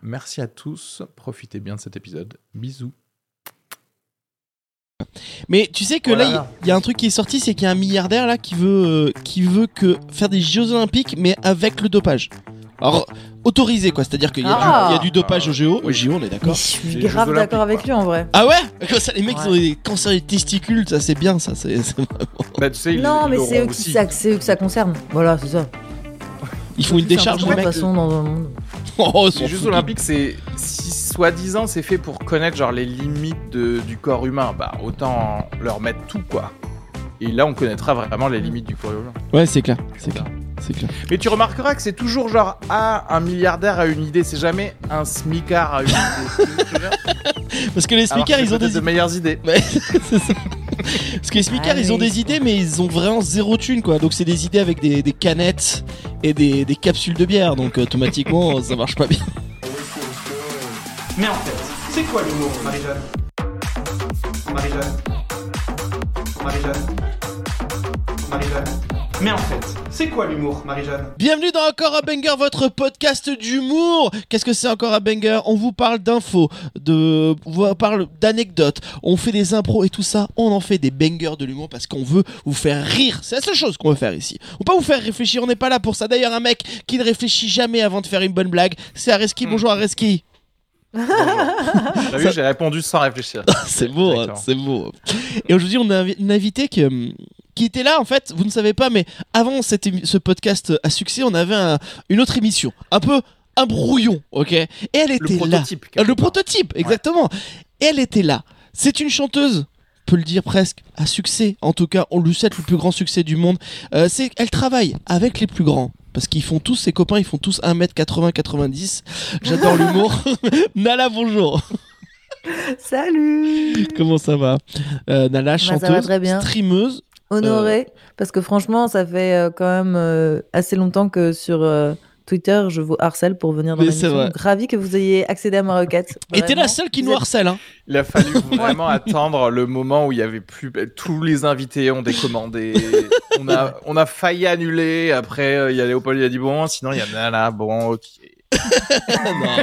Merci à tous, profitez bien de cet épisode. Bisous. Mais tu sais que Oh là là, là. il y a un truc qui est sorti, c'est qu'il y a un milliardaire là qui veut, euh, qui veut que faire des Jeux Olympiques, mais avec le dopage. Alors autorisé quoi, c'est-à-dire qu'il y, a du- Ah. il y a du dopage au JO, au JO, on est Mais d'accord. je suis Les Jeux grave Olympiques, d'accord avec quoi. lui en vrai. Ah ouais Comme ça, les mecs Ouais. ils ont des cancers des testicules, ça c'est bien, ça c'est. c'est- Bah, tu sais, ils- Non, ils mais l'auront c'est eux, aussi. qui ça- c'est eux que ça concerne. Voilà, c'est ça. Ils font une décharge les de toute mecs. façon dans le monde. Oh, ils sont Les Jeux foutus. Olympiques, c'est si soi-disant c'est fait pour connaître genre les limites de- du corps humain, bah autant leur mettre tout quoi. Et là, on connaîtra vraiment les limites du corps humain. Ouais, c'est clair, c'est clair, c'est clair. Mais tu remarqueras que c'est toujours genre ah un milliardaire a une idée, c'est jamais un smicard a une idée. Tu vois Parce que les Alors que speakers c'est ils ont peut-être des de meilleures idées. C'est ça. Parce que les smicards, Ah, ils ont mais- des idées, mais ils ont vraiment zéro thune, quoi. Donc, c'est des idées avec des, des canettes et des, des capsules de bière. Donc, euh, automatiquement, ça marche pas bien. Mais en fait, c'est quoi l'humour, Marie-Jeanne Marie-Jeanne Marie-Jeanne Marie-Jeanne Mais en fait, c'est quoi l'humour, Marie-Jeanne Bienvenue dans Encore un Banger, votre podcast d'humour. Qu'est-ce que c'est Encore un Banger On vous parle d'infos, de, on vous parle d'anecdotes, on fait des impros et tout ça. On en fait des bangers de l'humour parce qu'on veut vous faire rire. C'est la seule chose qu'on veut faire ici. On peut pas vous faire réfléchir, on n'est pas là pour ça. D'ailleurs, un mec qui ne réfléchit jamais avant de faire une bonne blague, c'est Areski. Bonjour Areski. T'as vu, j'ai répondu sans réfléchir. c'est beau, hein, Exactement. c'est beau. Et aujourd'hui, on a invi- une invitée qui, euh, qui était là, en fait, vous ne savez pas, mais avant cette émi- ce podcast à succès, on avait un- une autre émission, un peu un brouillon, ok Et elle Le était là. prototype. Euh, quelque Le part. prototype, exactement. Et elle était là. C'est une chanteuse, on peut le dire presque, à succès. En tout cas, on lui souhaite le plus grand succès du monde. Euh, c'est, elle travaille avec les plus grands. Parce qu'ils font tous, ses copains, ils font tous 1m80-90. J'adore l'humour. Nala, bonjour. Salut Comment ça va Euh, Nala, Bah, ça va chanteuse, très bien. streameuse. Honoré, Euh. parce que franchement, ça fait euh, quand même euh, assez longtemps que sur euh, Twitter, je vous harcèle pour venir dans Mais la c'est mission. vrai. Donc, ravi que vous ayez accédé à ma requête. Et t'es Vraiment. la seule qui Vous nous êtes- harcèle. Hein. Il a fallu vraiment attendre le moment où il y avait plus tous les invités ont décommandé. on a on a failli annuler. Après, euh, il y a Léopold il a dit bon, sinon il y en a là, bon, ok. Non.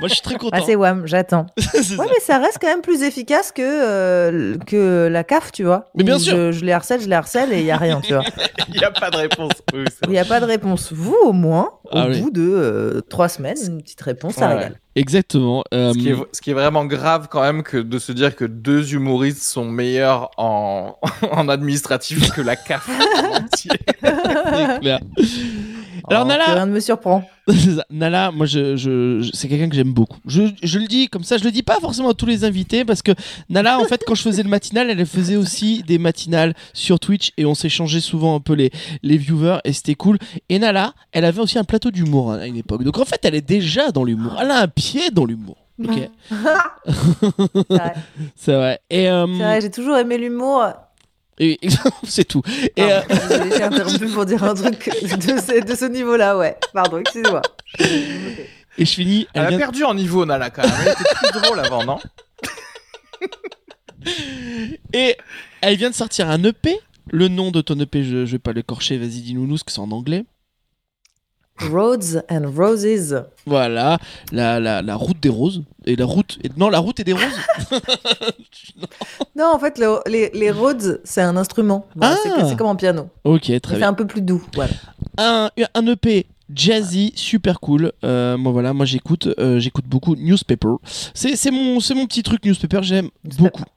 Moi, je suis très content. Ah, c'est Wham, j'attends. C'est ça. Ouais, mais ça reste quand même plus efficace que, euh, que la CAF, tu vois. Mais bien Où sûr. Je, je les harcèle, je les harcèle et il n'y a rien, tu vois. Il n'y a pas de réponse. Oui, c'est Il vrai. n'y a pas de réponse. Vous, au moins, au Ah oui. bout de euh, trois semaines, une petite réponse, ça Ouais. régale. Exactement. euh, Ce qui, est, ce qui est vraiment grave quand même que de se dire que deux humoristes sont meilleurs en, en administratif que la CAF. en entier. c'est clair. Alors, Oh, Nala- plus Rien ne me surprend. C'est ça. Nala, moi, je, je- je- c'est quelqu'un que j'aime beaucoup. Je, je le dis comme ça, je le dis pas forcément à tous les invités parce que Nala, en fait, quand je faisais le matinal, elle faisait aussi des matinales sur Twitch et on s'échangeait souvent un peu les, les viewers et c'était cool. Et Nala, elle avait aussi un plateau d'humour à une époque. Donc en fait, elle est déjà dans l'humour. Elle a un pied dans l'humour. Ok, C'est vrai, c'est vrai. Et, euh, c'est vrai, j'ai toujours aimé l'humour. et- c'est tout. Et, euh, Pardon, désolée, j'ai interrompu pour dire un truc de ce, de ce niveau-là, ouais. Pardon, excuse-moi. et je finis. elle Elle a vient- perdu en niveau, Nala, quand même. Elle était plus drôle avant, non Et elle vient de sortir un EP. Le nom de ton EP, je, je vais pas le corcher. Vas-y, dis-nous nous, ce que c'est en anglais. Roads and Roses. Voilà, la, la, la route des roses. Et la route. et- non, la route et des roses. Non, en fait, le- les, les Rhodes, c'est un instrument. Voilà, Ah. c'est- C'est comme un piano. ok, Mais très C'est bien. un peu plus doux. Voilà. Un, un EP jazzy, super cool. Euh, moi, voilà, moi j'écoute euh, j'écoute beaucoup Newspaper. C'est c'est mon, c'est mon petit truc Newspaper, j'aime Newspaper. beaucoup.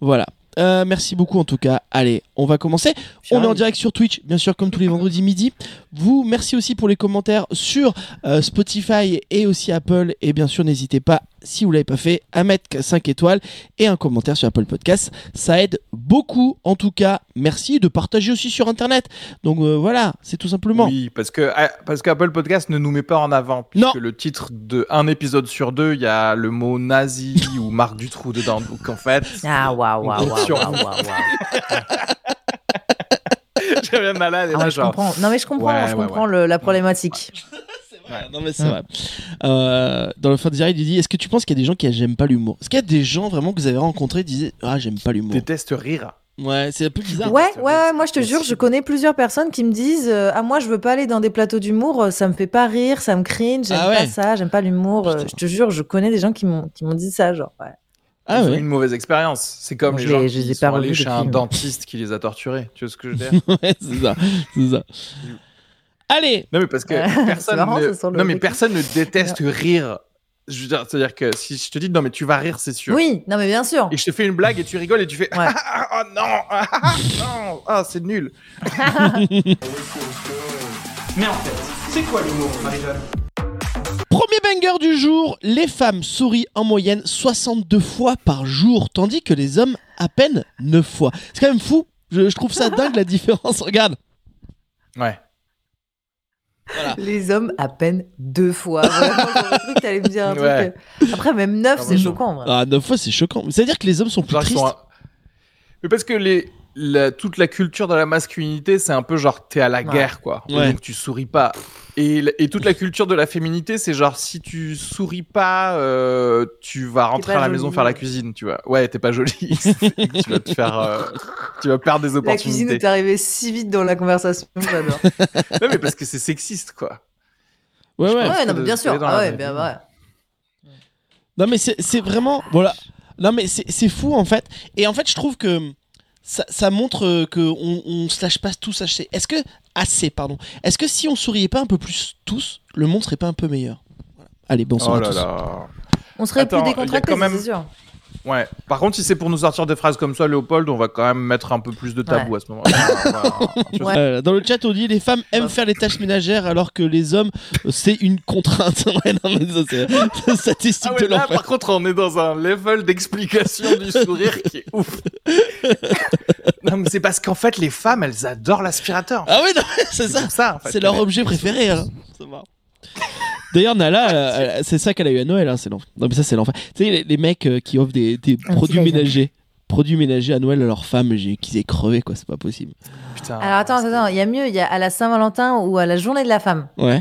Voilà. Euh, merci beaucoup en tout cas. Allez, on va commencer. On est en direct sur Twitch, bien sûr, comme tous les vendredis midi. Vous, merci aussi pour les commentaires sur euh, Spotify et aussi Apple. Et bien sûr, n'hésitez pas si vous l'avez pas fait, à mettre 5 étoiles et un commentaire sur Apple Podcast. Ça aide beaucoup. En tout cas, merci de partager aussi sur Internet. Donc euh, voilà, c'est tout simplement. Oui, parce que ah, parce qu'Apple Podcast ne nous met pas en avant. Puisque Non. le titre de un épisode sur deux, il y a le mot nazi ou Marc Dutroux dedans. Donc en fait, Ah, waouh, waouh, waouh, Sur- waouh, waouh, waouh. j'avais malade et Ah là, ouais, je genre. comprends. Non, mais je comprends, Ouais, je ouais, comprends le- la problématique. Ouais, non, mais c'est vrai. Euh, dans le fin des direct, il dit Est-ce que tu penses qu'il y a des gens qui n'aiment pas l'humour Est-ce qu'il y a des gens vraiment que vous avez rencontrés qui disaient Ah, j'aime pas l'humour Déteste rire. Ouais, c'est un peu bizarre. Ouais, parce ouais, que- ouais, moi je te Aussi. jure, je connais plusieurs personnes qui me disent euh, Ah, moi je veux pas aller dans des plateaux d'humour, euh, ça me fait pas rire, ça me cringe, j'aime Ah ouais. pas ça, j'aime pas l'humour. euh, Putain. Je te jure, je connais des gens qui m'ont qui m'ont dit ça, genre. ouais. Ah Ils ont eu ouais. une mauvaise expérience. C'est comme Moi, les je gens les- je les ai qui pas sont allés revus chez un depuis. dentiste qui les a torturés. Tu vois ce que je veux dire Ouais, c'est ça. C'est ça. Allez Non mais parce que Ouais, c'est personne. marrant, ne... ce sont le- Non mais personne ne déteste rire. Je veux dire, c'est-à-dire que si je te dis non mais tu vas rire, c'est sûr. Oui, non, mais bien sûr. Et que je te fais une blague et tu rigoles et tu fais Ouais. ah, oh non ah, ah, non ah c'est nul. Mais en fait, c'est quoi l'humour, Marie-Jeanne Premier banger du jour les femmes sourient en moyenne 62 fois par jour, tandis que les hommes à peine 9 fois. C'est quand même fou. Je, je trouve ça dingue la différence. Regarde. Ouais. Les hommes à peine deux fois. Vraiment, j'aurais cru que t'allais me dire un truc, Ouais. euh, Après, même neuf, Ah, c'est bon. choquant. en vrai. Ah, 9 fois, c'est choquant. C'est-à-dire que les hommes sont plus Genre, ils tristes. sont un- Mais parce que les, la- toute la culture de la masculinité, c'est un peu genre t'es à la Ouais. guerre, quoi. Et Ouais. Donc tu souris pas. Et, l- et toute la culture de la féminité, c'est genre si tu souris pas, euh, tu vas rentrer pas à la maison jolie. faire la cuisine, tu vois. Ouais, t'es pas jolie. tu vas te faire, euh, tu vas perdre des La cuisine opportunités. est arrivée si vite dans la conversation, j'adore. non mais parce que c'est sexiste, quoi. Ouais, ouais. pense ouais, que de- non, mais bien d'aller sûr. dans la Ah ouais, vraie bien, vie. ouais. Non mais c'est c'est vraiment voilà. Non mais c'est c'est fou en fait. Et en fait je trouve que ça, ça montre euh, que on, on se lâche pas tous assez. Est-ce que assez pardon. Est-ce que si on souriait pas un peu plus tous, le monde serait pas un peu meilleur. Voilà. Allez bonsoir Oh à là tous. là. On serait Attends, il y plus a décontracté, quand même- c'est sûr. Ouais. Par contre, si c'est pour nous sortir des phrases comme ça, Léopold, on va quand même mettre un peu plus de tabou à ce moment-là. On va- tu vois, Euh, dans le chat on dit les femmes aiment faire les tâches ménagères alors que les hommes euh, c'est une contrainte. ouais, non, mais ça, c'est c'est statistique Ah de ouais, là, l'enfer. par contre, on est dans un level d'explication du sourire qui est ouf. non, mais c'est parce qu'en fait, les femmes, elles adorent l'aspirateur. Ah oui non, C'est c'est ça. pour ça, en fait. C'est leur objet préféré. hein. C'est marrant. D'ailleurs, Nala, euh, elle- c'est ça qu'elle a eu à Noël. hein, c'est l'enf- Non, mais ça, c'est l'enfer. Tu sais, les, les mecs euh, qui offrent des, des produits bagel. ménagers. Produits ménagers à Noël à leurs femmes, j'ai qu'ils aient crevé, quoi, c'est pas possible. Putain, Alors attends, Ah, c'est- attends, il y a mieux, il y a à la Saint-Valentin ou à la Journée de la femme. Ouais.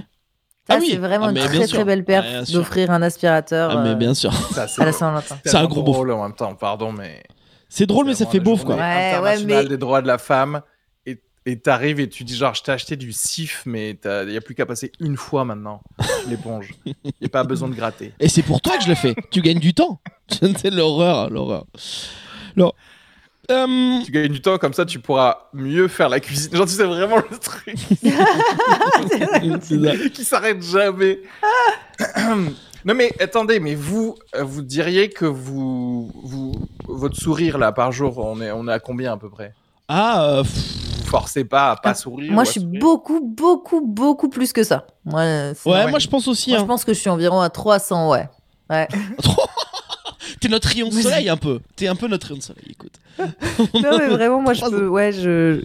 Ça, Ah oui. c'est vraiment Ah, une mais bien très sûr. très belle perf Ah, bien sûr. d'offrir un aspirateur Ah, mais euh, bien sûr. Ça, à la Saint-Valentin. C'est un gros beauf. drôle en même temps, pardon, mais. C'est drôle, mais ça fait beauf, quoi. journée. Ouais, ouais, international mais- des droits de la femme. Et et t'arrives et tu dis, genre, je t'ai acheté du sif, mais il n'y a plus qu'à passer une fois maintenant. L'éponge. Il a pas besoin de gratter. Et c'est pour toi que je le fais. tu gagnes du temps. c'est l'horreur, l'horreur. Alors, euh, Tu gagnes du temps, comme ça, tu pourras mieux faire la cuisine. Genre, tu sais vraiment le truc. c'est ça. qui s'arrête jamais. non mais attendez, mais vous, euh, vous diriez que vous, vous, votre sourire là par jour, on est, on est à combien à peu près Ah, euh, pff, Vous forcez pas à pas sourire Ah, ou Moi, à je suis sourire beaucoup, beaucoup, beaucoup plus que ça. Moi, euh, c'est- ouais, Ah ouais. moi je pense aussi. Moi, je hein. pense que je suis environ à 300, ouais. Ouais. T'es notre rayon de Mais- soleil, un peu. T'es un peu notre rayon de soleil, écoute. non, mais Ah vraiment, moi, je 300. peux. Ouais, je,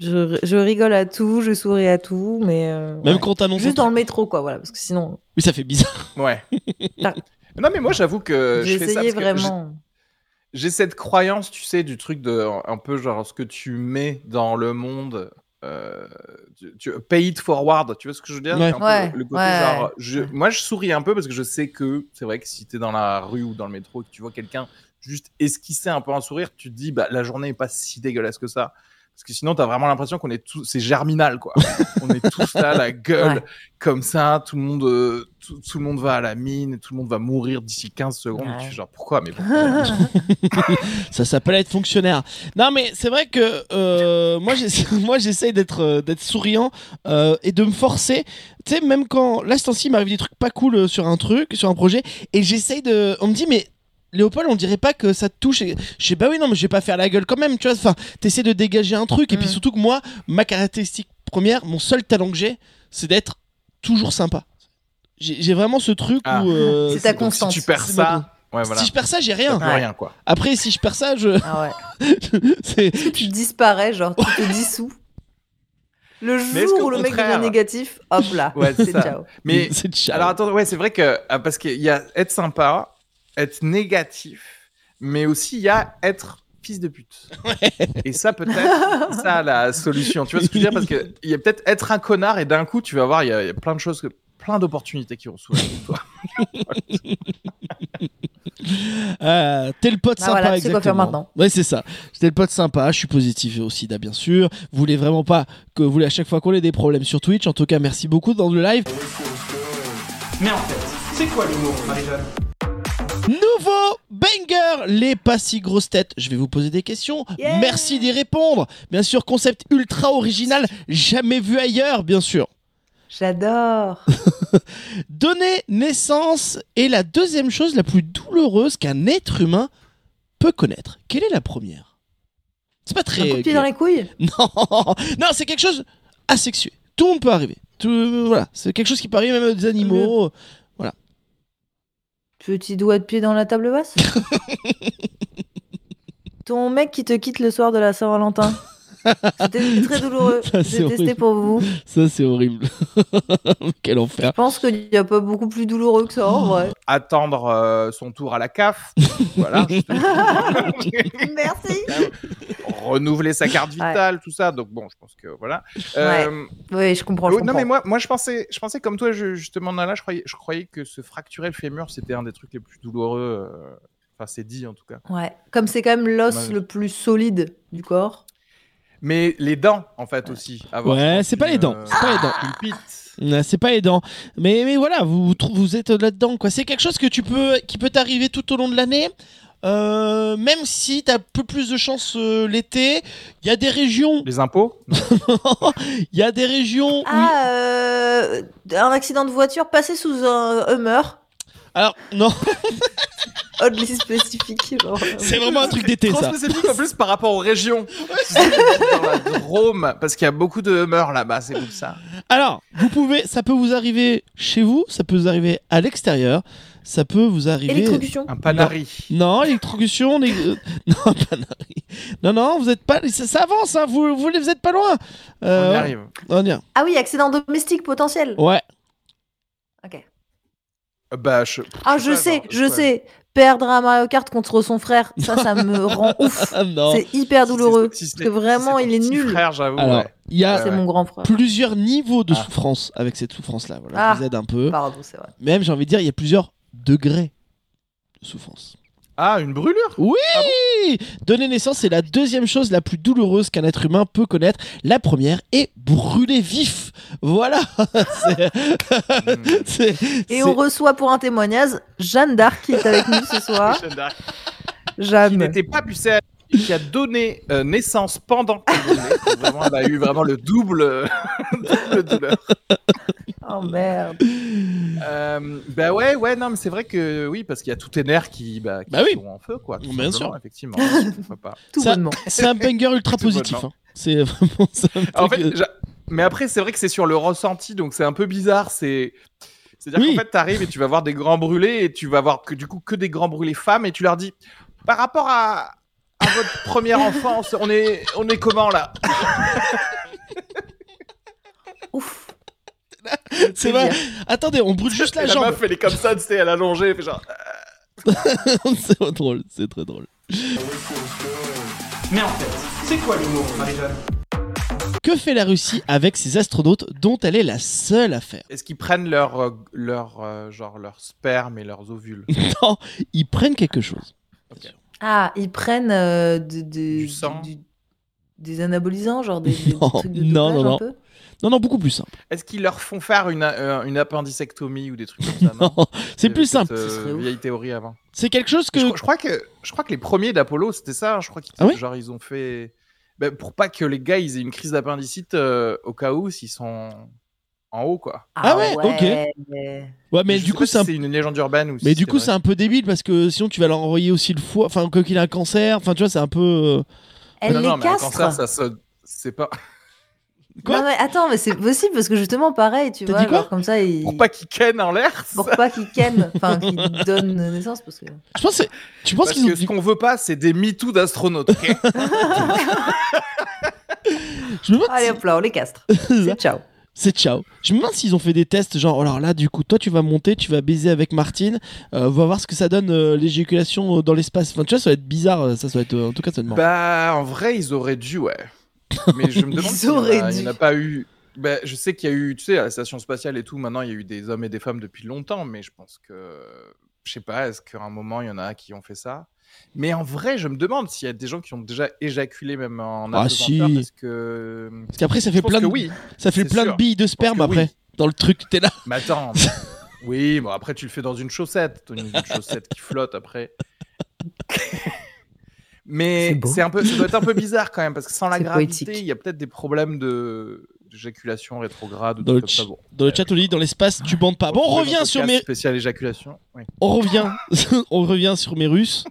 je, je rigole à tout, je souris à tout, mais. euh, Même ouais. quand t'annonces. Juste dans le métro, quoi, voilà, parce que sinon, Oui, ça fait bizarre. Ouais. Ah. non mais moi j'avoue que Euh, j'ai je fais ça essayé parce que vraiment. j'ai- j'ai cette croyance, tu sais, du truc de un peu genre ce que tu mets dans le monde. Euh, tu, tu- pay it forward, tu vois ce que je veux dire Ouais. Un peu Ouais, le- le côté ouais, genre, ouais. je- moi je souris un peu parce que je sais que c'est vrai que si t'es dans la rue ou dans le métro et que tu vois quelqu'un juste esquisser un peu un sourire, tu te dis bah la journée est pas si dégueulasse que ça. Parce que sinon, t'as vraiment l'impression qu'on est tous, c'est germinal quoi. On est tous là, la gueule Ouais. comme ça, tout le monde, euh, tout, tout le monde va à la mine, tout le monde va mourir d'ici 15 secondes. Ouais. Et tu fais genre pourquoi Mais Ah pourquoi Ça s'appelle être fonctionnaire. Non, mais c'est vrai que euh, moi, j'essa- moi, j'essaye d'être euh, d'être souriant euh, et de me forcer. Tu sais, même quand là, ce temps-ci, il m'arrive des trucs pas cool euh, sur un truc, sur un projet, et j'essaye de. On me dit, mais. Léopold, on dirait pas que ça te touche. Et Je sais, bah oui, non, mais je vais pas faire la gueule quand même, tu vois. Enfin, t'essaies de dégager un truc. Et puis Mm. surtout que moi, ma caractéristique première, mon seul talent que j'ai, c'est d'être toujours sympa. J'ai j'ai vraiment ce truc Ah. où. euh, C'est ta c'est- Donc, si Constance, tu perds c'est ça, ouais, voilà. Ah. Si je perds ça, j'ai t'as rien. plus Ouais. rien, quoi. Après, si je perds ça, je. Ah ouais. c'est- tu disparais, genre tu te dissous. Le Mais est-ce jour qu'au où le mec devient contraire- négatif, hop là, Ouais, c'est c'est ça. ciao. Mais c'est ciao. Alors attends, ouais, c'est vrai que ah, parce qu'il y a être sympa, être négatif, mais aussi il y a être fils de pute. Et ça peut-être c'est ça la solution. Tu vois ce que je veux dire parce que il y a peut-être être un connard et d'un coup tu vas voir il y, a il y a plein de choses que- plein d'opportunités qui vont s'ouvrir pour toi. Ah, t'es le pote Bah sympa, voilà, tu sais exactement. quoi faire maintenant. Ouais, c'est ça. T'es le pote sympa, je suis positif au sida, bien sûr. Vous voulez vraiment pas que vous voulez à chaque fois qu'on ait des problèmes sur Twitch. En tout cas, merci beaucoup dans le live. Mais en fait, c'est quoi l'humour, Marie-Jeanne Nouveau banger, les pas si grosses têtes. Je vais vous poser des questions. Yeah. Merci d'y répondre. Bien sûr, concept ultra original, jamais vu ailleurs, bien sûr. J'adore. Donner naissance est la deuxième chose la plus douloureuse qu'un être humain peut connaître. Quelle est la première C'est pas Un très. coup de pied dans les couilles Non, non, c'est quelque chose asexué. Tout le monde peut arriver. Tout, euh, voilà, c'est quelque chose qui peut arriver même aux animaux. Petit doigt de pied dans la table basse Ton mec qui te quitte le soir de la Saint-Valentin. C'était très douloureux. Ça, c'est J'ai testé horrible. pour vous. Ça, c'est horrible. Quel enfer. Je pense qu'il n'y a pas beaucoup plus douloureux que ça en vrai. Attendre euh, son tour à la CAF, voilà, juste- Merci. renouveler sa carte vitale, tout ça. Donc bon, je pense que voilà. Euh, Oui, je comprends. Je Oh, non comprends. mais moi, moi je pensais, je pensais comme toi je- justement Nala, je croyais, je croyais que se fracturer le fémur c'était un des trucs les plus douloureux. euh, Enfin c'est dit en tout cas. Ouais. Comme c'est quand même l'os Dommage. le plus solide du corps. Mais les dents en fait aussi. avoir, Ouais, je pense, c'est pas les une, dents, euh, c'est pas les dents. Une pite. Ouais, C'est pas aidant. Mais, mais voilà, vous, vous trou- vous êtes là-dedans. quoi. C'est quelque chose que tu peux, qui peut t'arriver tout au long de l'année. Euh, même si t'as un peu plus de chance euh, l'été, il y a des régions, Les impôts. il y a des régions où- Ah, euh, un accident de voiture passé sous un Hummer. Alors non, Oddly spécifique. genre. euh, c'est vraiment un truc d'été Trop ça. spécifique en plus par rapport aux régions. Tu sais, dans la Drôme parce qu'il y a beaucoup de humeurs là-bas, c'est pour ça. Alors, vous pouvez, ça peut vous arriver chez vous, ça peut vous arriver à l'extérieur, ça peut vous arriver. Électrocution. Un panari. Non, électrocution, les... euh, non, pas nari. non, non, vous êtes pas, ça, ça avance, hein, vous, vous, vous êtes pas loin. Euh, On y ouais. arrive. On y arrive. Ah oui, accident domestique potentiel. Ouais. Ok. Euh, Bah je. Ah, je pas, sais, genre, je ouais. sais. Perdre à Mario Kart contre son frère, ça, ça me rend ouf. Ah, non. C'est hyper Si c'est- douloureux. si c'est- parce que vraiment, si c'est il est ton petit nul. Frère, j'avoue. Alors, ouais. il y a Ouais, C'est mon grand frère. plusieurs niveaux de Ah. souffrance avec cette souffrance-là. Voilà, je Ah. vous aide un peu. Pardon, c'est vrai. Même, j'ai envie de dire, il y a plusieurs degrés de souffrance. Ah, une brûlure. Donner naissance c'est la deuxième chose la plus douloureuse qu'un être humain peut connaître. La première est brûler vif. Voilà. C'est- Hmm. c'est- Et c'est- on reçoit pour un témoignage Jeanne d'Arc qui est avec nous ce soir. Jeanne d'Arc. qui Jeanne. n'était pas pucelle et qui a donné euh, naissance pendant qu'elle donnait. Donc vraiment, elle a eu vraiment le double, double douleur. Oh merde. Euh, bah ouais, ouais, non, mais c'est vrai que oui, parce qu'il y a tous tes nerfs qui, bah, qui Bah oui. sont en feu, quoi. tout Bien simplement, sûr. Effectivement. hein, bien sûr, pourquoi pas. Tout Ça- bonnement. c'est un banger ultra C'est bon, positif. non. hein. C'est vraiment ça. En fait, j'a- mais après, c'est vrai que c'est sur le ressenti, donc c'est un peu bizarre. C'est. C'est-à-dire Oui. qu'en fait, t'arrives et tu vas voir des grands brûlés et tu vas voir que du coup que des grands brûlés femmes et tu leur dis par rapport à, à votre première enfance, on est on est comment là Ouf. c'est vrai. plaisir. Attendez, on brûle juste la Et jambe. meuf, elle est comme ça, tu sais, elle est allongée, elle fait genre euh. c'est trop drôle, c'est très drôle. Mais en fait, c'est quoi l'humour, Marie-Jeanne Que fait la Russie avec ses astronautes dont elle est la seule à faire Est-ce qu'ils prennent leur, euh, leur, euh, genre leur sperme et leurs ovules Non, ils prennent quelque chose. Ah, ils prennent euh, de- de- Du sang. des anabolisants, genre des, des Non, trucs de non, dopage non, non. un peu Non, non, beaucoup plus simple. Est-ce qu'ils leur font faire une, euh, une appendicectomie ou des trucs comme ça Ah non c'est Il y plus avait cette, simple. euh, Ce serait ouf. vieille théorie avant. C'est quelque chose que. Je, crois- je crois que, je crois que les premiers d'Apollo, c'était ça. hein, Je crois qu'ils Ah ouais genre, ils ont fait. ben, pour pas que les gars ils aient une crise d'appendicite euh, au cas où s'ils sont en haut, quoi. Ah ouais, ok. Ouais, mais je sais du coup, pas si c'est un c'est une légende urbaine ou si Mais du c'est coup, vrai. c'est un peu débile parce que sinon, tu vas leur envoyer aussi le foie. Enfin, quoi qu'il a un cancer. Enfin, tu vois, c'est un peu. euh, Elle Non, les non, mais un castre. cancer, ça se. C'est pas. Quoi non mais attends, mais c'est possible parce que justement pareil, tu T'as vois, dit quoi genre comme ça, il... Pour pas qu'il ken en l'air. pour pas qu'il ken, enfin qu'il donne naissance parce que. Je pense que c'est- tu penses Parce qu'ils que ont ce qu'on veut pas, c'est des MeToo d'astronautes. ok Je me demande Allez si- hop là, on les castre. C'est ciao. c'est ciao. Je me demande s'ils ont fait des tests genre oh, alors là du coup toi tu vas monter, tu vas baiser avec Martine, euh, on va voir ce que ça donne euh, l'éjaculation euh, dans l'espace. Enfin tu vois ça va être bizarre, euh, ça, ça va être euh, en tout cas ça demande. Bah, en vrai, ils auraient dû, ouais. Mais je me demande Ils s'il y en a- auraient Il n'y en a dû. pas eu. Bah, je sais qu'il y a eu, tu sais, à la station spatiale et tout, maintenant, il y a eu des hommes et des femmes depuis longtemps, mais je pense que. Je sais pas, est-ce qu'à un moment, il y en a qui ont fait ça Mais en vrai, je me demande s'il y a des gens qui ont déjà éjaculé, même en Ah, apesanteur, si. parce que. Parce qu'après ça Je fait pense plein que de oui. ça fait c'est plein sûr. de billes de sperme que oui. après dans le truc, t'es là. Mais attends. mais- oui, bon, après, tu le fais dans une chaussette. T'as une une chaussette qui flotte après. C'est Mais beau. c'est un peu, ça doit être un peu bizarre quand même, parce que sans la C'est gravité, poétique. il y a peut-être des problèmes de d'éjaculation rétrograde ou Dans des le trucs comme ça. Bon. Dans le chat on dit dans l'espace, tu bandes pas. Bon, on Retrouvez revient mon sur podcast mes spécial éjaculation. Oui. on revient, on revient sur mes Russes.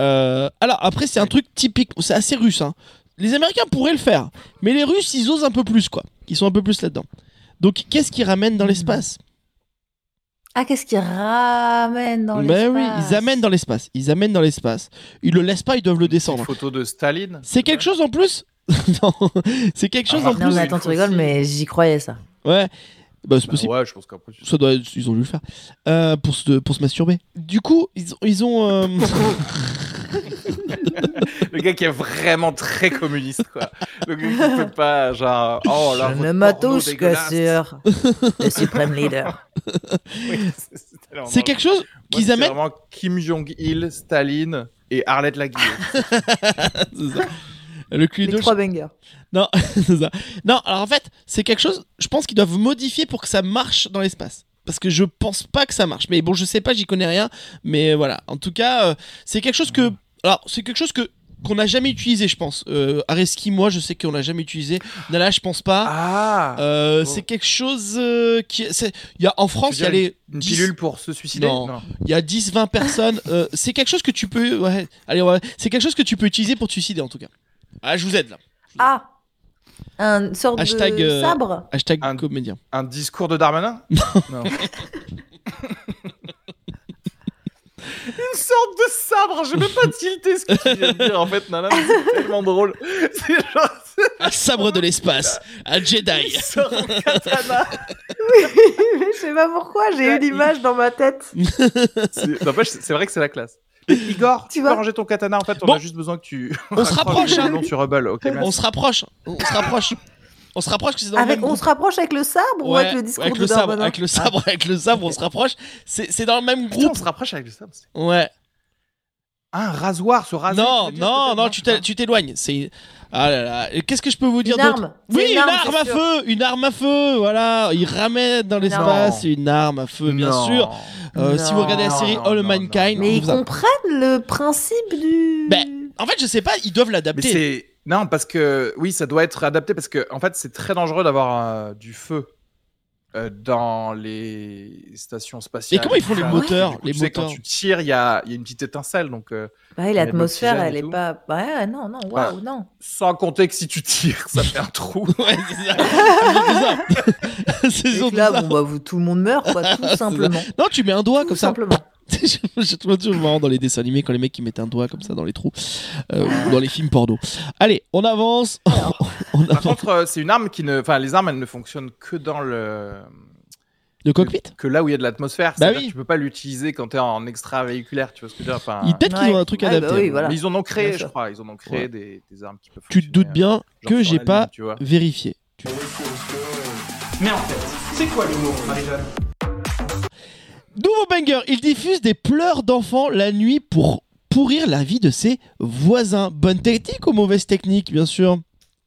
Euh, alors après, c'est un truc typique, c'est assez russe. hein. Les Américains pourraient le faire, mais les Russes, ils osent un peu plus, quoi. Ils sont un peu plus là-dedans. Donc, qu'est-ce qu'ils ramènent dans l'espace Ah qu'est-ce qu'ils ramènent dans Ben l'espace oui, ils amènent dans l'espace. Ils amènent dans l'espace. Ils le laissent pas, ils doivent le Une descendre. photo de Staline. C'est quelque chose en plus Non, c'est quelque chose Ah, en non, Non plus. mais attends, tu rigoles, mais j'y croyais ça. Ouais, bah, c'est Bah possible. ouais, je pense qu'après. tu- Ça doit, ils ont dû le faire Euh, pour se pour se masturber. Du coup, ils, ont- ils ont. euh, Le gars qui est vraiment très communiste, quoi. Le gars qui peut pas, genre, oh là, Je votre porno ne m'attouche que euh, dégueulasse. sur le suprême leader. Oui, c'est- c'est tellement c'est quelque chose Moi, qu'ils c'est amènent. vraiment Kim Jong-il, Staline et Arlette Laguille. C'est ça. Le Les cluedo, trois bangers. Non, c'est ça. Non, alors en fait, c'est quelque chose, je pense qu'ils doivent modifier pour que ça marche dans l'espace. Parce que je pense pas que ça marche. Mais bon, je sais pas, j'y connais rien. Mais voilà. En tout cas, euh, c'est quelque chose que. Alors, c'est quelque chose que. Qu'on n'a jamais utilisé, je pense. Euh, Areski, moi, je sais qu'on n'a jamais utilisé. Nala, je pense pas. Ah Euh, bon. C'est quelque chose euh, qui. c'est- Il y a, en France, il y a veux dire les. Une 10 pilule pour se suicider Non. Il y a 10-20 personnes. euh, c'est quelque chose que tu peux. Ouais. Allez, ouais. C'est quelque chose que tu peux utiliser pour te suicider, en tout cas. Ah, je vous aide là. Ah un sorte Hashtag, de euh, sabre. Hashtag Un- comédien. Un discours de Darmanin Non. Une sorte de sabre J'ai même pas tilté ce que tu viens de dire, en fait, Nana, mais c'est tellement drôle. C'est genre Un sabre de l'espace, un Jedi. une sorte de katana. je sais pas pourquoi, j'ai eu l'image dans ma tête. C'est- N'empêche, c'est c'est vrai que c'est la classe. Mais Igor, Tu tu, peux vois ranger ton katana, en fait, on Bon. a juste besoin que tu... On se rapproche, hein. le nom sur Hubble, ok, merci. On se rapproche, on se rapproche. On se rapproche que c'est dans le Avec, même on groupe. se rapproche avec le sabre ou Ouais, avec le discours avec de le hein. Ah. sabre, Darmanin avec le sabre, avec le sabre, on se rapproche. C'est c'est dans le même Putain, on groupe. se rapproche avec le sabre. c'est- Ouais. Ah, un rasoir, ce rasoir. Non, non, non, tu t'é- tu t'éloignes. C'est ah là là. Et Qu'est-ce que je peux vous dire Une d'autre arme. Oui, C'est une, arme c'est à sûr. feu, une arme à feu. Voilà, il ramène dans l'espace une arme à feu, bien sûr. Euh, si vous regardez la Non, série non, All non, Mankind, non. Mais ils vous en- comprennent le principe du. Ben, en fait, je sais pas, ils doivent Mais l'adapter. c'est non parce que oui, ça doit être adapté parce que en fait, c'est très dangereux d'avoir euh, du feu euh, dans les stations spatiales. Mais comment ils font les Ah, moteurs, du coup, les tu sais, quand moteurs tu tires, il y a, il y a une petite étincelle, donc euh, Bah, Il et y l'atmosphère, a de elle est l'oxygène pas. Ouais, non, non, waouh, non. sans compter que si tu tires, ça fait un trou. Ouais, c'est ça. C'est bizarre. C'est Et surtout que là, ça. bon, bah, vous, tout le monde meurt, quoi, tout simplement. Non, tu mets un doigt Tout comme ça. simplement. je je trouve toujours marrant dans les dessins animés quand les mecs ils mettent un doigt comme ça dans les trous, euh, ou dans les films porno. Allez, on avance. on Par avance. contre, euh, c'est une arme qui ne, enfin, les armes, elles ne fonctionnent que dans le Le cockpit que là où il y a de l'atmosphère. Bah C'est-à-dire oui. que Tu peux pas l'utiliser quand t'es en extravéhiculaire, tu vois ce que je veux dire. Enfin, Ils- Peut-être qu'ils Ouais. ont un truc Ouais, adapté. bah oui, voilà. Mais ils en ont créé, Bien je sûr. crois. Ils en ont créé Ouais. des, des armes qui peuvent. Tu te fonctionner, doutes bien euh, genre que sur j'ai la pas Lune, tu vois. vérifié. Mais en fait, c'est quoi l'humour, Marie-Jeanne Nouveau banger, il diffuse des pleurs d'enfants la nuit pour pourrir la vie de ses voisins. Bonne technique ou mauvaise technique, bien sûr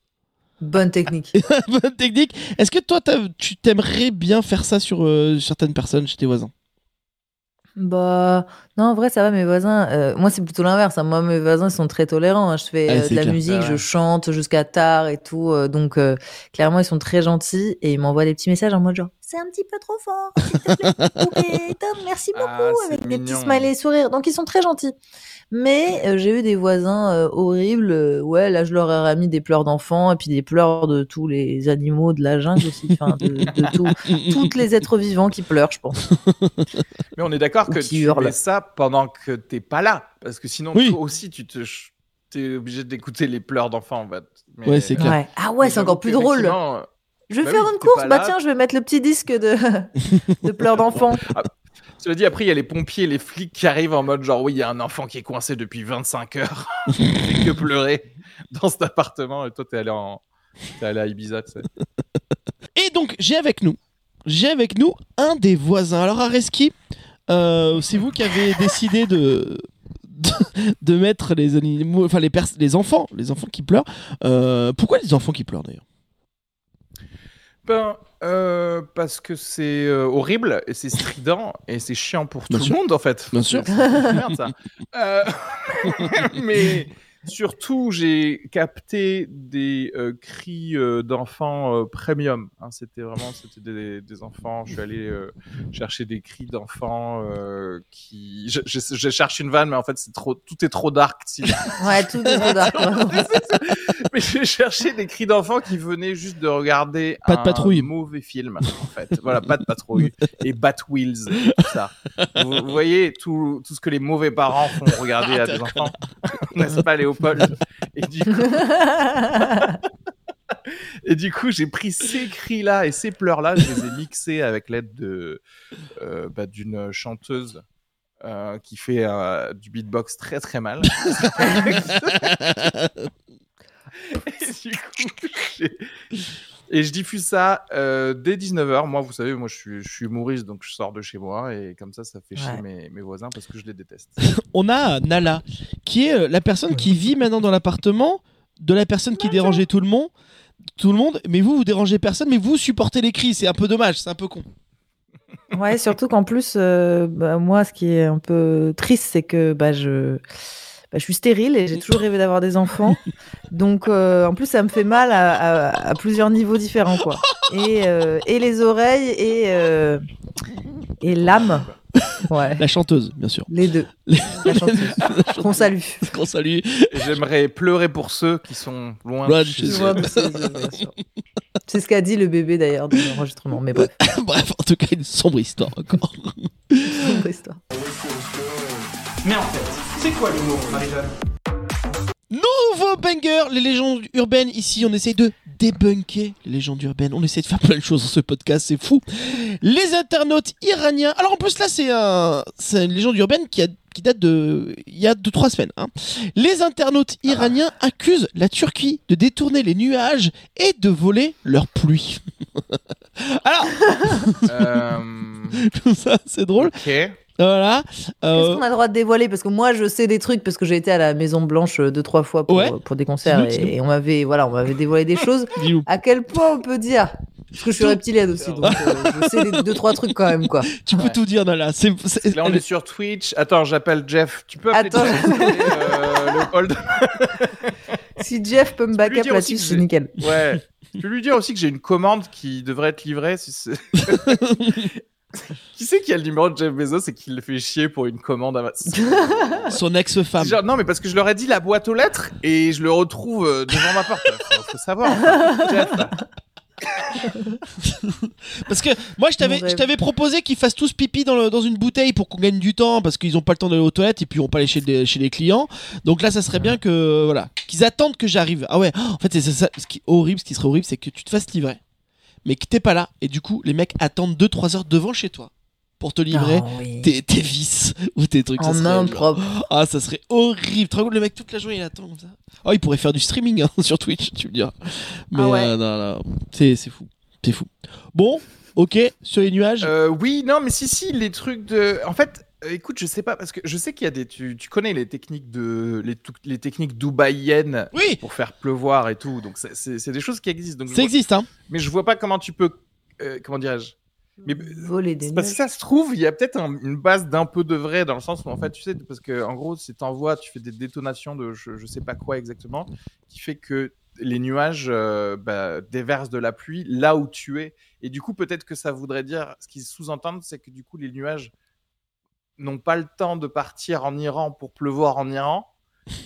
Bonne technique. Bonne technique. Est-ce que toi, t'as- tu t'aimerais bien faire ça sur euh, certaines personnes chez tes voisins bah, non, en vrai, ça va, mes voisins. euh, moi, c'est plutôt l'inverse. hein. Moi, mes voisins, ils sont très tolérants. hein. Je fais Ah, euh, c'est de la clair. musique, Ah ouais. je chante jusqu'à tard et tout. euh, donc, euh, clairement, ils sont très gentils et ils m'envoient des petits messages en mode genre c'est un petit peu trop fort. s'il te plaît. Poupée, Tom, merci beaucoup. Ah, c'est avec des petits mignon. smileys sourires. Donc ils sont très gentils. Mais euh, j'ai eu des voisins euh, horribles. euh, ouais, là, je leur aurais mis des pleurs d'enfants et puis des pleurs de tous les animaux de la jungle aussi. Enfin, de, de tout. Toutes les êtres vivants qui pleurent, je pense. Mais on est d'accord Ou que qui tu hurle. fais ça pendant que t'es pas là, parce que sinon Oui. toi aussi tu te, ch- t'es obligé d'écouter les pleurs d'enfants en fait. Mais- euh, Ouais, c'est clair. Ouais. Ah ouais, mais c'est encore j'avoue plus que, drôle. effectivement, euh, Je vais bah faire oui, une t'es course. pas Bah là. tiens, je vais mettre le petit disque de, de pleurs d'enfants. Cela dit, après il y a les pompiers, et les flics qui arrivent en mode genre oui, il y a un enfant qui est coincé depuis 25 heures, il fait que pleurer dans cet appartement et toi t'es allé en t'es allé à Ibiza. tu sais. Et donc, j'ai avec nous, j'ai avec nous un des voisins. Alors, Areski, euh, c'est vous qui avez décidé de, de, de mettre les animaux, enfin les, pers- les enfants, les enfants qui pleurent. Euh, pourquoi les enfants qui pleurent d'ailleurs Ben, euh, parce que c'est euh, horrible, et c'est strident, et c'est chiant pour Bien tout sûr. le monde, en fait. Bien sûr. C'est une merde, ça. Euh, mais surtout, j'ai capté des euh, cris euh, d'enfants euh, premium. hein. c'était vraiment c'était des, des enfants. Je suis allé euh, chercher des cris d'enfants euh, qui... Je, je- je cherche une vanne, mais en fait, c'est trop... tout est trop dark. si- Ouais, tout le monde. a- mais j'ai cherché des cris d'enfants qui venaient juste de regarder Pas de un patrouille. mauvais film, en fait. voilà, pas de patrouille. Et Batwheels, tout ça. Vous, vous voyez tout, tout ce que les mauvais parents font regarder Ah, à des enfants, n'est-ce pas, Léopold et du, coup, et du coup, j'ai pris ces cris-là et ces pleurs-là, je les ai mixés avec l'aide de euh, bah, d'une chanteuse. euh, qui fait euh, du beatbox très très mal. Et du coup, j'ai- et je diffuse ça euh, dès 19h. Moi, vous savez, moi, je suis, je suis humoriste, donc je sors de chez moi. Et comme ça, ça fait chier Ouais. mes, mes voisins parce que je les déteste. On a Nala, qui est euh, la personne qui vit maintenant dans l'appartement de la personne qui dérangeait tout le monde. Tout le monde, mais vous, vous dérangez personne, mais vous supportez les cris, c'est un peu dommage, c'est un peu con. Ouais, surtout qu'en plus, euh, bah, moi, ce qui est un peu triste, c'est que bah, je... bah, je suis stérile et j'ai toujours rêvé d'avoir des enfants. Donc, euh, en plus, ça me fait mal à, à- à plusieurs niveaux différents, quoi. Et, euh, et les oreilles et, euh, et l'âme. Ouais, La chanteuse, bien sûr. les deux. La chanteuse. Qu'on salue. Qu'on salue. Et J'aimerais pleurer pour ceux qui sont loin Loin de de chez chez eux. Je vois, mais c'est- bien sûr. C'est ce qu'a dit le bébé, d'ailleurs, de l'enregistrement. Mais bref, Bref, en tout cas, une sombre histoire encore. c'est une autre histoire. Mais en fait, c'est quoi l'humour, Marie-Jeanne Nouveau banger, les légendes urbaines. Ici, on essaye de débunker les légendes urbaines. On essaie de faire plein de choses dans ce podcast, c'est fou. Les internautes iraniens. Alors, en plus, là, c'est un, c'est une légende urbaine qui, a- qui date de. Il y a 2-3 semaines. hein. Les internautes iraniens accusent la Turquie de détourner les nuages et de voler leur pluie. Alors, Euh, tout ça, c'est drôle. ok. Voilà. Qu'est-ce Euh, qu'on a le droit de dévoiler Parce que moi, je sais des trucs parce que j'ai été à la Maison Blanche euh, deux trois fois pour, Ouais. pour des concerts Dis-nous, dis-nous. et, et on m'avait voilà, on m'avait dévoilé des choses. dis-nous. À quel point on peut dire Parce que je suis Tout. reptilienne aussi, donc euh, je sais des deux trois trucs quand même quoi. tu peux Ouais. tout dire, Nala. C'est, c'est- Là, on est sur Twitch. Attends, j'appelle Jeff. Tu peux appeler Attends. Jeff, s'il te plaît, euh, Léopold Si Jeff peut me lui back up dire aussi là-dessus, que c'est j'ai- nickel. Ouais. Tu peux lui dire aussi que j'ai une commande qui devrait être livrée. Si c'est- qui c'est qui a le numéro de Jeff Bezos et qui le fait chier pour une commande à ma- son ex-femme. C'est genre, non, mais parce que je leur ai dit la boîte aux lettres et je le retrouve euh, devant ma porte. Faut, faut savoir. enfin, Jeff, là. Parce que moi, je t'avais, Mon rêve. je t'avais proposé qu'ils fassent tous pipi dans, le- dans une bouteille pour qu'on gagne du temps parce qu'ils n'ont pas le temps d'aller aux toilettes et puis ils vont pas aller chez, les- chez les clients. Donc là, ça serait bien que voilà qu'ils attendent que j'arrive. Ah ouais, oh, en fait, c'est ça. Ce qui est horrible, ce qui serait horrible, c'est que tu te fasses livrer, mais que t'es pas là et du coup, les mecs attendent 2-3 heures devant chez toi pour te livrer Ah oui. tes, tes vis ou tes trucs. ça En serait- main propre. Ah, ça serait horrible. Tu te rends compte, le mec toute la journée il attend comme ça. Oh, il pourrait faire du streaming hein, sur Twitch, tu me diras. Mais Ah ouais. euh, non, non, c'est c'est fou. C'est fou. Bon, ok, sur les nuages. Euh, oui, non, mais si, si, les trucs de. En fait, euh, écoute, je sais pas, parce que je sais qu'il y a des. Tu, tu connais les techniques de. Les, tou- les techniques dubaïennes oui, pour faire pleuvoir et tout. Donc, c'est- c'est c'est des choses qui existent. Donc je ça vois- existe, hein. Mais je vois pas comment tu peux. euh, comment dirais-je Mais bah, Voler des C'est Parce que nuages. ça se trouve, il y a peut-être un- une base d'un peu de vrai dans le sens où en fait, tu sais, parce que en gros, c'est t'envoies, tu fais des détonations de je, je sais pas quoi exactement, qui fait que les nuages euh, bah, déversent de la pluie là où tu es. Et du coup, peut-être que ça voudrait dire, ce qu'ils sous-entendent, c'est que du coup, les nuages n'ont pas le temps de partir en Iran pour pleuvoir en Iran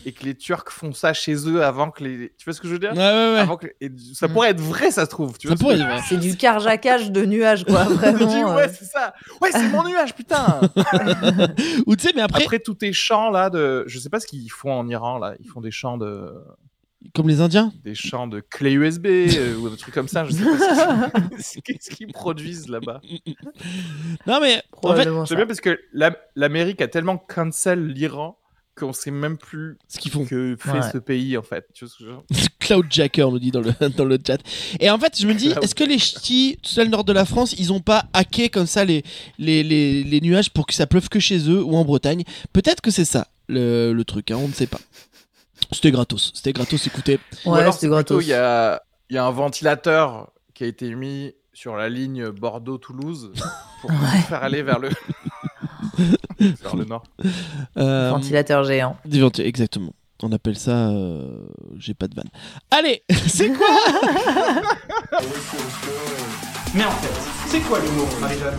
et que les Turcs font ça chez eux avant que les. Tu vois ce que je veux dire Ouais, ouais, ouais. Avant que- et ça pourrait être vrai, ça se trouve. Tu Ça Ah vois ce pourrait que- être vrai. C'est du carjackage de nuages, quoi. Je me dis, Vraiment. euh, ouais, c'est ça. Ouais, c'est mon nuage, putain. Ou tu sais, mais après, Après tous tes chants là de, je sais pas ce qu'ils font en Iran là. Ils font des chants de, comme les Indiens. des chants de clé USB euh, ou un truc comme ça. Je sais pas ce qu'ils- qu'est-ce qu'ils produisent là-bas. Non, mais en fait, probablement C'est ça. bien parce que la- l'Amérique a tellement cancel l'Iran qu'on sait même plus ce qu'ils font. que fait Ouais. ce pays en fait. Tu vois ce que je veux dire Cloudjacker, on nous dit dans le, dans le chat. Et en fait, je me dis, Cloud- est-ce que les ch'tis, tout ça, le nord de la France, ils ont pas hacké comme ça les, les, les, les nuages pour que ça pleuve que chez eux ou en Bretagne Peut-être que c'est ça le, le truc, hein, on ne sait pas. C'était gratos, c'était gratos, écoutez. Ou Ouais, alors, c'était c'est plutôt, gratos. Il y a, il y a un ventilateur qui a été mis sur la ligne Bordeaux-Toulouse pour faire aller vers le... vers le nord. Euh, Ventilateur géant. des venti- exactement. On appelle ça. euh, J'ai pas de vanne. Allez, c'est quoi Mais en fait, c'est quoi l'humour, Marie-Jeanne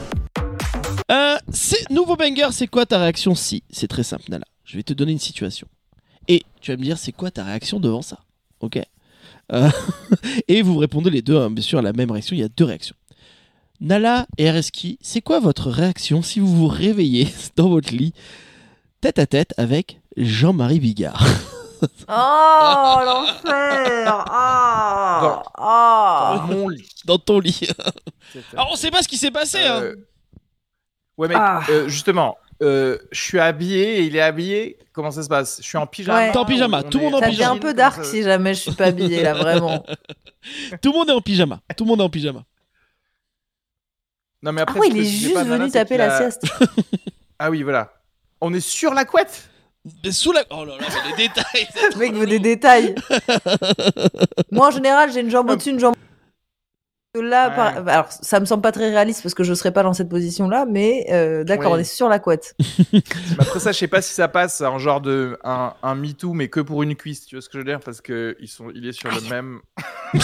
Euh, c'est nouveau banger, c'est quoi ta réaction si C'est très simple, Nala. Je vais te donner une situation. Et tu vas me dire, c'est quoi ta réaction devant ça Ok Euh, Et vous répondez les deux, hein, bien sûr, à la même réaction. Il y a deux réactions. Nala et Reski, c'est quoi votre réaction si vous vous réveillez dans votre lit, tête à tête avec Jean-Marie Bigard Oh, l'enfer Ah Ah Mon lit. dans ton lit Alors, Ah, on sait pas ce qui s'est passé, hein. Euh, Ouais, mais Ah. euh, justement, euh, je suis habillé, il est habillé. Comment ça se passe Je suis en pyjama. Ouais. T'es en pyjama, On tout le monde en est- Ça pyjama. devient un peu dark si jamais je suis pas habillée, là, vraiment. Tout le monde est en pyjama. Tout le monde est en pyjama. Non, mais Ah après, ouais, ce il que est je disais juste pas, Nana, venu c'est taper qu'il la a- sieste. Ah oui, voilà. On est sur la couette Sous la. Oh là là, mais les détails Le mec veut des détails. Moi, en général, j'ai une jambe au-dessus, une jambe. Là, Ouais. par- bah, alors ça me semble pas très réaliste parce que je serais pas dans cette position-là, mais euh, d'accord, Oui. on est sur la couette. Mais après ça, je sais pas si ça passe en genre de un, un me too, mais que pour une cuisse. Tu vois ce que je veux dire Parce que ils sont, il est sur Ah, le même. Aïe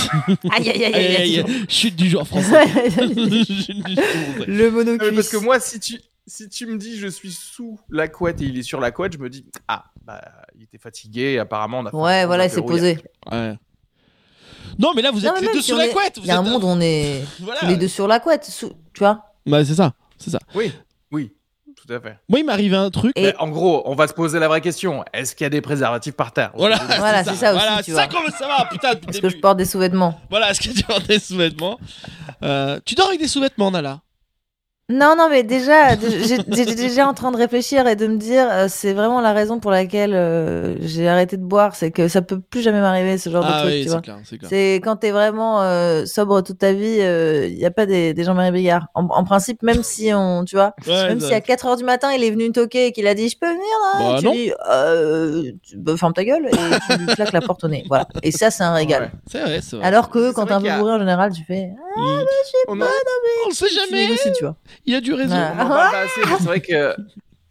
aïe Aïe, aïe aïe, aïe. aïe. Eh, Chute du jour français. aïe. Chute du jour français. Non, Le mais monocuisse. parce que moi, si tu si tu me dis je suis sous la couette et il est sur la couette, je me dis ah bah il était fatigué. Apparemment, on a fait un Ouais, gros voilà, il s'est apéro posé. Ouais. Non, mais là, vous Non, êtes mais les même deux si sous on la est- couette. Il vous y a un êtes- Ah, monde, on est Voilà. tous les deux sur la couette, sous- tu vois. Bah, c'est ça. C'est ça. hier. Oui, oui, tout à fait. Moi, il m'arrive un truc. Et- Mais en gros, on va se poser la vraie question. Est-ce qu'il y a des préservatifs par terre Voilà, Voilà, c'est ça aussi, Voilà, tu c'est ça vois. qu'on veut savoir, putain, depuis Est-ce le que je début. porte des sous-vêtements Voilà, est-ce que tu as des sous-vêtements Euh, Tu dors avec des sous-vêtements, Nala Non, non, mais déjà, de- j'ai- j'étais déjà en train de réfléchir et de me dire, euh, c'est vraiment la raison pour laquelle euh, j'ai arrêté de boire, c'est que ça peut plus jamais m'arriver ce genre de Ah truc, oui, tu c'est vois. clair, c'est clair. C'est quand t'es vraiment euh, sobre toute ta vie, il n'y a pas des, des Jean-Marie Bigard. En, en principe, même si on, tu vois, Ouais, même ça- si à 4 heures du matin il est venu me toquer et qu'il a dit je peux venir là, Bah, tu non. dis euh, tu- bah, ferme ta gueule et tu lui claques la porte au nez. Voilà. Et ça, c'est un régal. Ouais. C'est vrai, c'est vrai. Alors C'est que vrai quand t'es un qu'il y peu a- bourré en général, tu fais ah, Mm. On en- On le sait tu jamais, négocies, tu vois. il y a du réseau. on en parle pas assez, mais c'est vrai que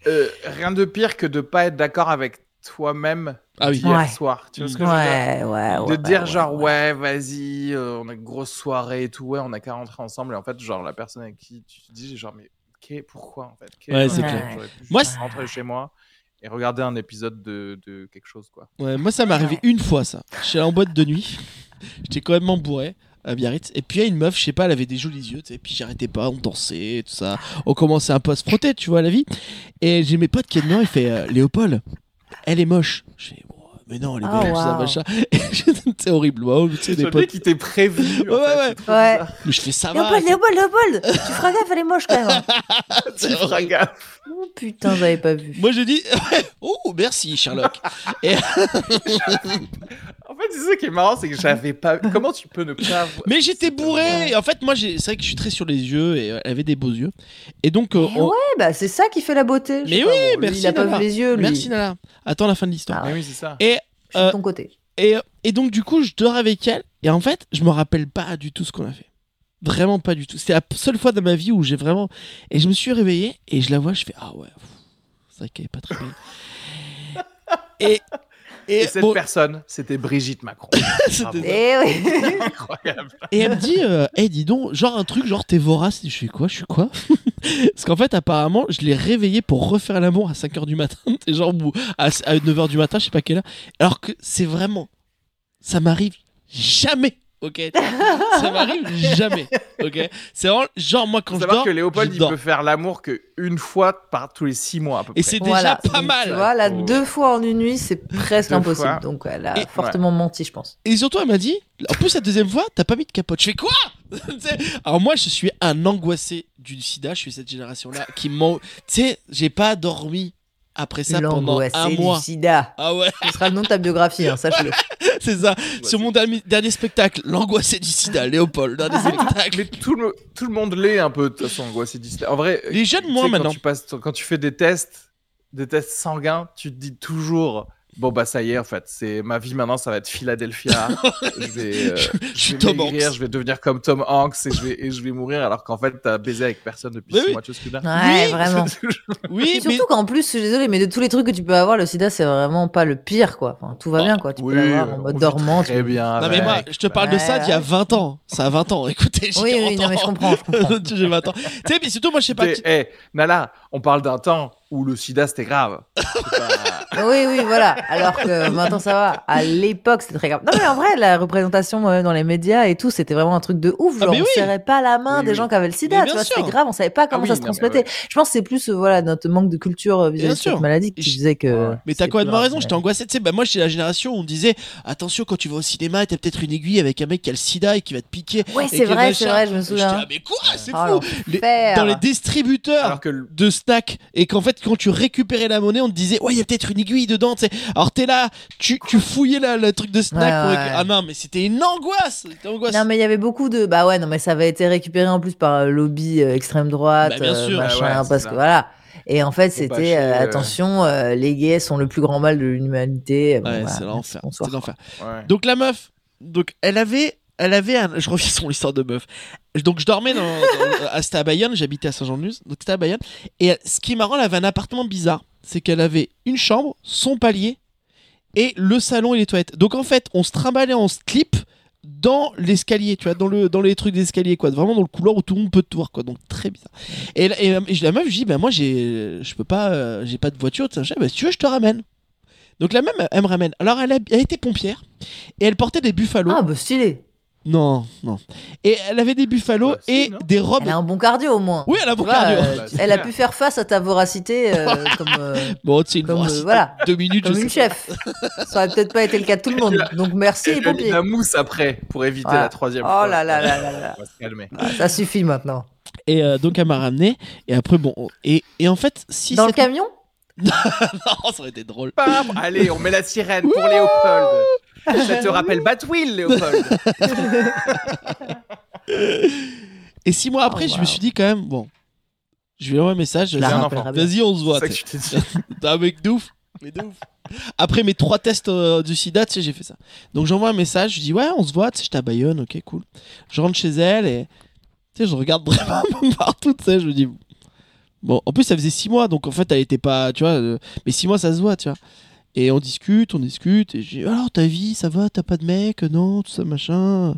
euh, rien de pire que de pas être d'accord avec toi-même Ah oui. hier Ouais. soir. Tu vois ce que je veux dire Ouais, ouais, ouais. Ah de ouais, dire ouais, genre ouais. ouais, vas-y euh, on a une grosse soirée et tout ouais on a qu'à rentrer ensemble et en fait genre la personne avec qui tu te dis genre mais ok pourquoi en fait Ok, Ouais, c'est clair. j'aurais pu juste Moi, c'est- rentrer chez moi et regarder un épisode de, de quelque chose quoi Ouais, moi, ça m'est arrivé une fois, ça. J'étais allé en boîte de nuit. J'étais quand même bourré à Biarritz. Et puis, il y a une meuf, je sais pas, elle avait des jolis yeux, tu sais. Puis, j'arrêtais pas, on dansait, tout ça. On commençait un peu à se frotter, tu vois, la vie. Et j'ai mes potes qui est dedans, il fait euh, Léopold, elle est moche. Je fais, Ouais, mais non, elle est Ah, belle, tout ça, waouh. machin. Et je- C'est horrible, waouh, tu sais, des J'aime potes. bien qu'il t'ait prévenu en Ouais, fait, c'est ouais. trop Ouais. bizarre. Mais je fais ça, va. Léopold, Léopold, Léopold, tu feras gaffe, elle est moche quand même. hein. c'est Tu feras horrible. gaffe. Oh, putain, j'avais pas vu. Moi, j'ai dit, oh, merci, Sherlock. en fait c'est ça qui est marrant c'est que j'avais pas comment tu peux ne pas avoir- Mais j'étais C'est bourré. Et en fait, moi, j'ai- c'est vrai que je suis très sur les yeux et euh, elle avait des beaux yeux. Et donc, euh, Mais on- ouais, bah c'est ça qui fait la beauté. Je Mais sais pas, oui, bon, lui, merci, Il a pas Nana. vu les yeux, lui. Merci, Nala. Attends la fin de l'histoire. mais Ah oui c'est ça Je suis Euh, de ton côté. Et, et donc, du coup, je dors avec elle. Et en fait, je me rappelle pas du tout ce qu'on a fait. Vraiment pas du tout. C'est la seule fois de ma vie où j'ai vraiment. Et je me suis réveillé et je la vois, je fais Ah ouais, pff, c'est vrai qu'elle est pas très belle. et, Et, Et cette bon, personne, c'était Brigitte Macron. Bravo. C'était- Eh oui. Incroyable. et elle me dit, euh, Eh, dis donc, genre un truc, genre t'es vorace. Je suis quoi, je suis quoi Parce qu'en fait, apparemment, je l'ai réveillée pour refaire l'amour à 5h du matin. Et genre ou à, 9h du matin, je sais pas quelle heure. Alors que c'est vraiment, ça m'arrive jamais. Ok, ça m'arrive jamais. Ok, c'est vraiment genre moi quand Faut je savoir dors. que Léopold, je il dors. peut faire l'amour qu'une fois par tous les six mois à peu près. Et c'est déjà Voilà. pas Donc, mal. Tu vois, là, Oh. deux fois en une nuit, c'est presque Deux impossible. fois. Donc, elle a Et- fortement menti, je pense. Et surtout, elle m'a dit, en plus, la deuxième fois, t'as pas mis de capote. Je fais quoi Tu sais, Alors, moi, je suis un angoissé du sida. Je suis cette génération-là qui m'en. Tu sais, j'ai pas dormi après ça pendant un L'angoissé du mois. sida. Ah ouais, Ce sera le nom de ta biographie, hein, sache-le. c'est ça. Sur mon dernier, dernier spectacle, l'angoissé du sida, Léopold, Ah. dernier spectacle. Mais tout le, tout le monde l'est un peu de toute façon, angoissé du sida. En vrai, Les jeunes, tu moins sais, maintenant. Quand tu, passes, quand tu fais des tests, des tests sanguins, tu te dis toujours Bon, bah ça y est, en fait, c'est ma vie maintenant, ça va être Philadelphia. je vais, euh, Je suis vais Tom maigrir, Hanks. je vais devenir comme Tom Hanks et je vais, et je vais mourir, alors qu'en fait, t'as baisé avec personne depuis Mais six oui. mois, tu vois ce que je veux dire Ouais, Oui, vraiment. C'est toujours- Et Oui, mais. surtout qu'en plus, je suis désolée, mais de tous les trucs que tu peux avoir, le sida, c'est vraiment pas le pire, quoi. Enfin, tout va Oh, bien, quoi. Tu oui, peux l'avoir en on mode vit dormant. tu Très peux- bien. Non, mais moi, avec, je te parle de Ouais, ça d'il y a ouais. 20 ans. Ça a 20 ans, écoutez, j'ai Oui, 40 oui, non, mais je ans. comprends. je comprends. j'ai 20 ans. Tu sais, mais surtout, moi, je sais pas. Écoutez, eh, Nala, on parle d'un temps où le sida c'était grave. C'est pas- Oui, oui, voilà. Alors que maintenant, ça va. À l'époque, c'était très grave. Non, mais en vrai, la représentation euh, dans les médias et tout, c'était vraiment un truc de ouf. Ah, Genre, mais on oui. serrait pas la main Oui, des oui. gens qui avaient le Mais sida. Tu bien vois, c'était sûr. Ah grave. On savait pas comment oui, ça se non, mais transmettait. Je pense que c'est plus, euh, voilà, notre manque de culture euh, vis-à-vis Bien de cette sûr. maladie qui Et je- faisait que. Ouais. Mais c'est t'as complètement plus raison, grave. j'étais angoissé. Tu sais, bah moi, j'étais la génération où on me disait Attention, quand tu vas au cinéma, t'as peut-être une aiguille avec un mec qui a le sida et qui va te piquer. Ouais, Et c'est que vrai, machin. c'est vrai, je me Et J'étais, ah, souviens. mais quoi C'est Oh, fou Les- l'enfer. Dans les distributeurs Alors que le- de snacks, et qu'en fait, quand tu récupérais la monnaie, on te disait Ouais, il y a peut-être une aiguille dedans. tu sais. Alors t'es là, tu, tu fouillais la- le truc de snack. Ouais, pour ouais, récu- ouais. Ah non, mais c'était une angoisse C'était une angoisse. Non, mais il y avait beaucoup de. Bah ouais, non, mais ça avait été récupéré en plus par euh, lobby euh, extrême droite, Bah, bien euh, sûr. machin, Ah ouais, c'est parce ça. que voilà. Et en fait, c'était bâcher, euh, euh, attention, euh, les gays sont le plus grand mal de l'humanité. Bon, Ouais, voilà, c'est l'enfer. bonsoir. C'est l'enfer. Ouais. Donc la meuf, donc elle avait, elle avait, un- je reviens sur l'histoire de meuf. Donc je dormais dans, dans- à c'était à Bayonne, j'habitais à Saint-Jean-de-Luz, donc c'était à Bayonne. Et elle- ce qui est marrant, elle avait un appartement bizarre, c'est qu'elle avait une chambre, son palier et le salon et les toilettes. Donc en fait, on se trimballait en slip dans l'escalier, tu vois, dans le dans les trucs d'escalier quoi, vraiment dans le couloir où tout le monde peut te voir quoi. Donc très bizarre. Et, la- et, la- et la meuf, je dis bah moi j'ai, je peux pas, euh, j'ai pas de voiture, tout ça. Je dis, Bah, si tu veux, je te ramène. Donc la même, elle me ramène. Alors elle a, elle était pompière et elle portait des buffalos. Ah, bah stylé. Non, non. Et elle avait des buffalos Bah, si, et non des robes. Elle a un bon cardio au moins. Oui, elle a Tu beaucoup vois, cardio. euh, Bah, tu- c'est elle a clair. pu faire face à ta voracité euh, comme, euh, Bon, c'est une comme, euh, voracité. voilà. Deux minutes, je comme une sais. chef. Ça aurait peut-être pas été le cas de tout le monde. Donc merci les Elle a mis pompiers. de la mousse après pour éviter Ah. Voilà. la troisième Oh fois. là là là là là. On va se calmer. Ah, ça suffit maintenant. Et euh, donc, elle m'a ramené. Et après, bon. on- Et, et en fait, si. Dans le cette- camion Non, ça aurait été drôle. Pam Allez, on met la sirène pour Léopold. Ça te rappelle Batwheel, Léopold. Et six mois après, Oh, je me wow. suis dit quand même, bon. Je lui envoie un message. La un vas-y, enfant. rappellera bien. Vas-y, on se C'est voit. ça que tu je t'ai dit. sais. T'es un mec de ouf. Ah Mais de ouf. Après mes trois tests euh, du sida, tu sais, j'ai fait ça. Donc, j'envoie un message. Je dis, ouais, on se voit. Tu sais, j'étais à Bayonne. Ok, cool. Je rentre chez elle et. Tu sais, je regarde vraiment partout. Tu sais, je me dis, Bon, en plus, ça faisait six mois, donc en fait, elle était pas, tu vois, euh, mais six mois, ça se voit, tu vois. Et on discute, on discute, et j'ai alors ta vie, ça va, t'as pas de mec, non, tout ça, machin.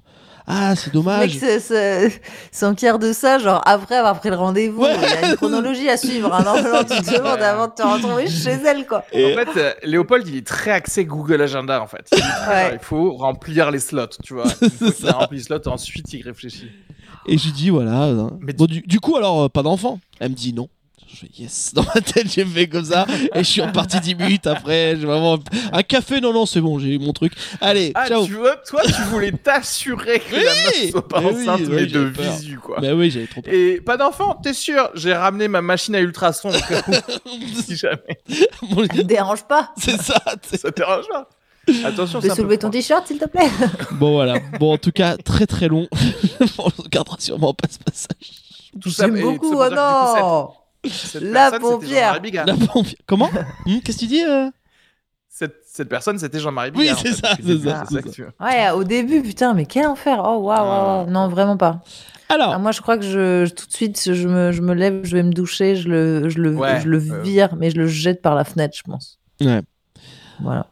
Ah, c'est Mec, dommage. se- se- s'enquiert de ça, genre après avoir pris le rendez-vous. Ouais. Il y a une chronologie à suivre. Hein, non, non, tu te demandes avant de te retrouver chez elle, quoi. Et- En fait, euh, Léopold, il est très axé Google Agenda, en fait. Il, est très- Ouais. il faut remplir les slots, tu vois. Il faut C'est ça. qu'il remplit les slots, ensuite il réfléchit. Et j'ai dit, voilà. hein. Mais Bon, du, du coup, alors, euh, pas d'enfant Elle me dit non. Je fais yes. Dans ma tête, j'ai fait comme ça, et je suis reparti 10 minutes après. J'ai vraiment. Un café, non, non, c'est bon, j'ai eu mon truc. Allez, Ah, ciao. tu vois, toi, tu voulais t'assurer que la meuf soit pas Mais oui, enceinte, ouais, mais de j'avais peur. visu, quoi. Bah oui, j'avais trop peur. Et pas d'enfant, t'es sûr J'ai ramené ma machine à ultrasons, au cas où, si jamais Bon, Ça te dérange pas c'est ça, tu sais. ça te dérange pas. Attention, de c'est un peu soulever ton froid. t-shirt, s'il te plaît. Bon voilà. Bon en tout cas très très long. On regardera sûrement pas ce passage. Tout ça, J'aime et beaucoup. ça Oh veut dire que du coup, non cette- cette La personne, c'était pompière. Jean-Marie Bigard. La pompe- Comment Hmm, Qu'est-ce que tu dis euh cette, cette personne, c'était Jean-Marie Oui, Bigard. c'est en fait, ça, depuis le c'est début, ça, c'est que ça. tu veux. Ouais, au début, putain, mais quel enfer. Oh, waouh, waouh, waouh. Non, vraiment pas. Ah, Alors moi, je crois que je, je- tout de suite, je me, je me lève, je vais me doucher, je le, je le, Ouais, je le euh. vire, mais je le jette par la fenêtre, je pense. Ouais. Voilà.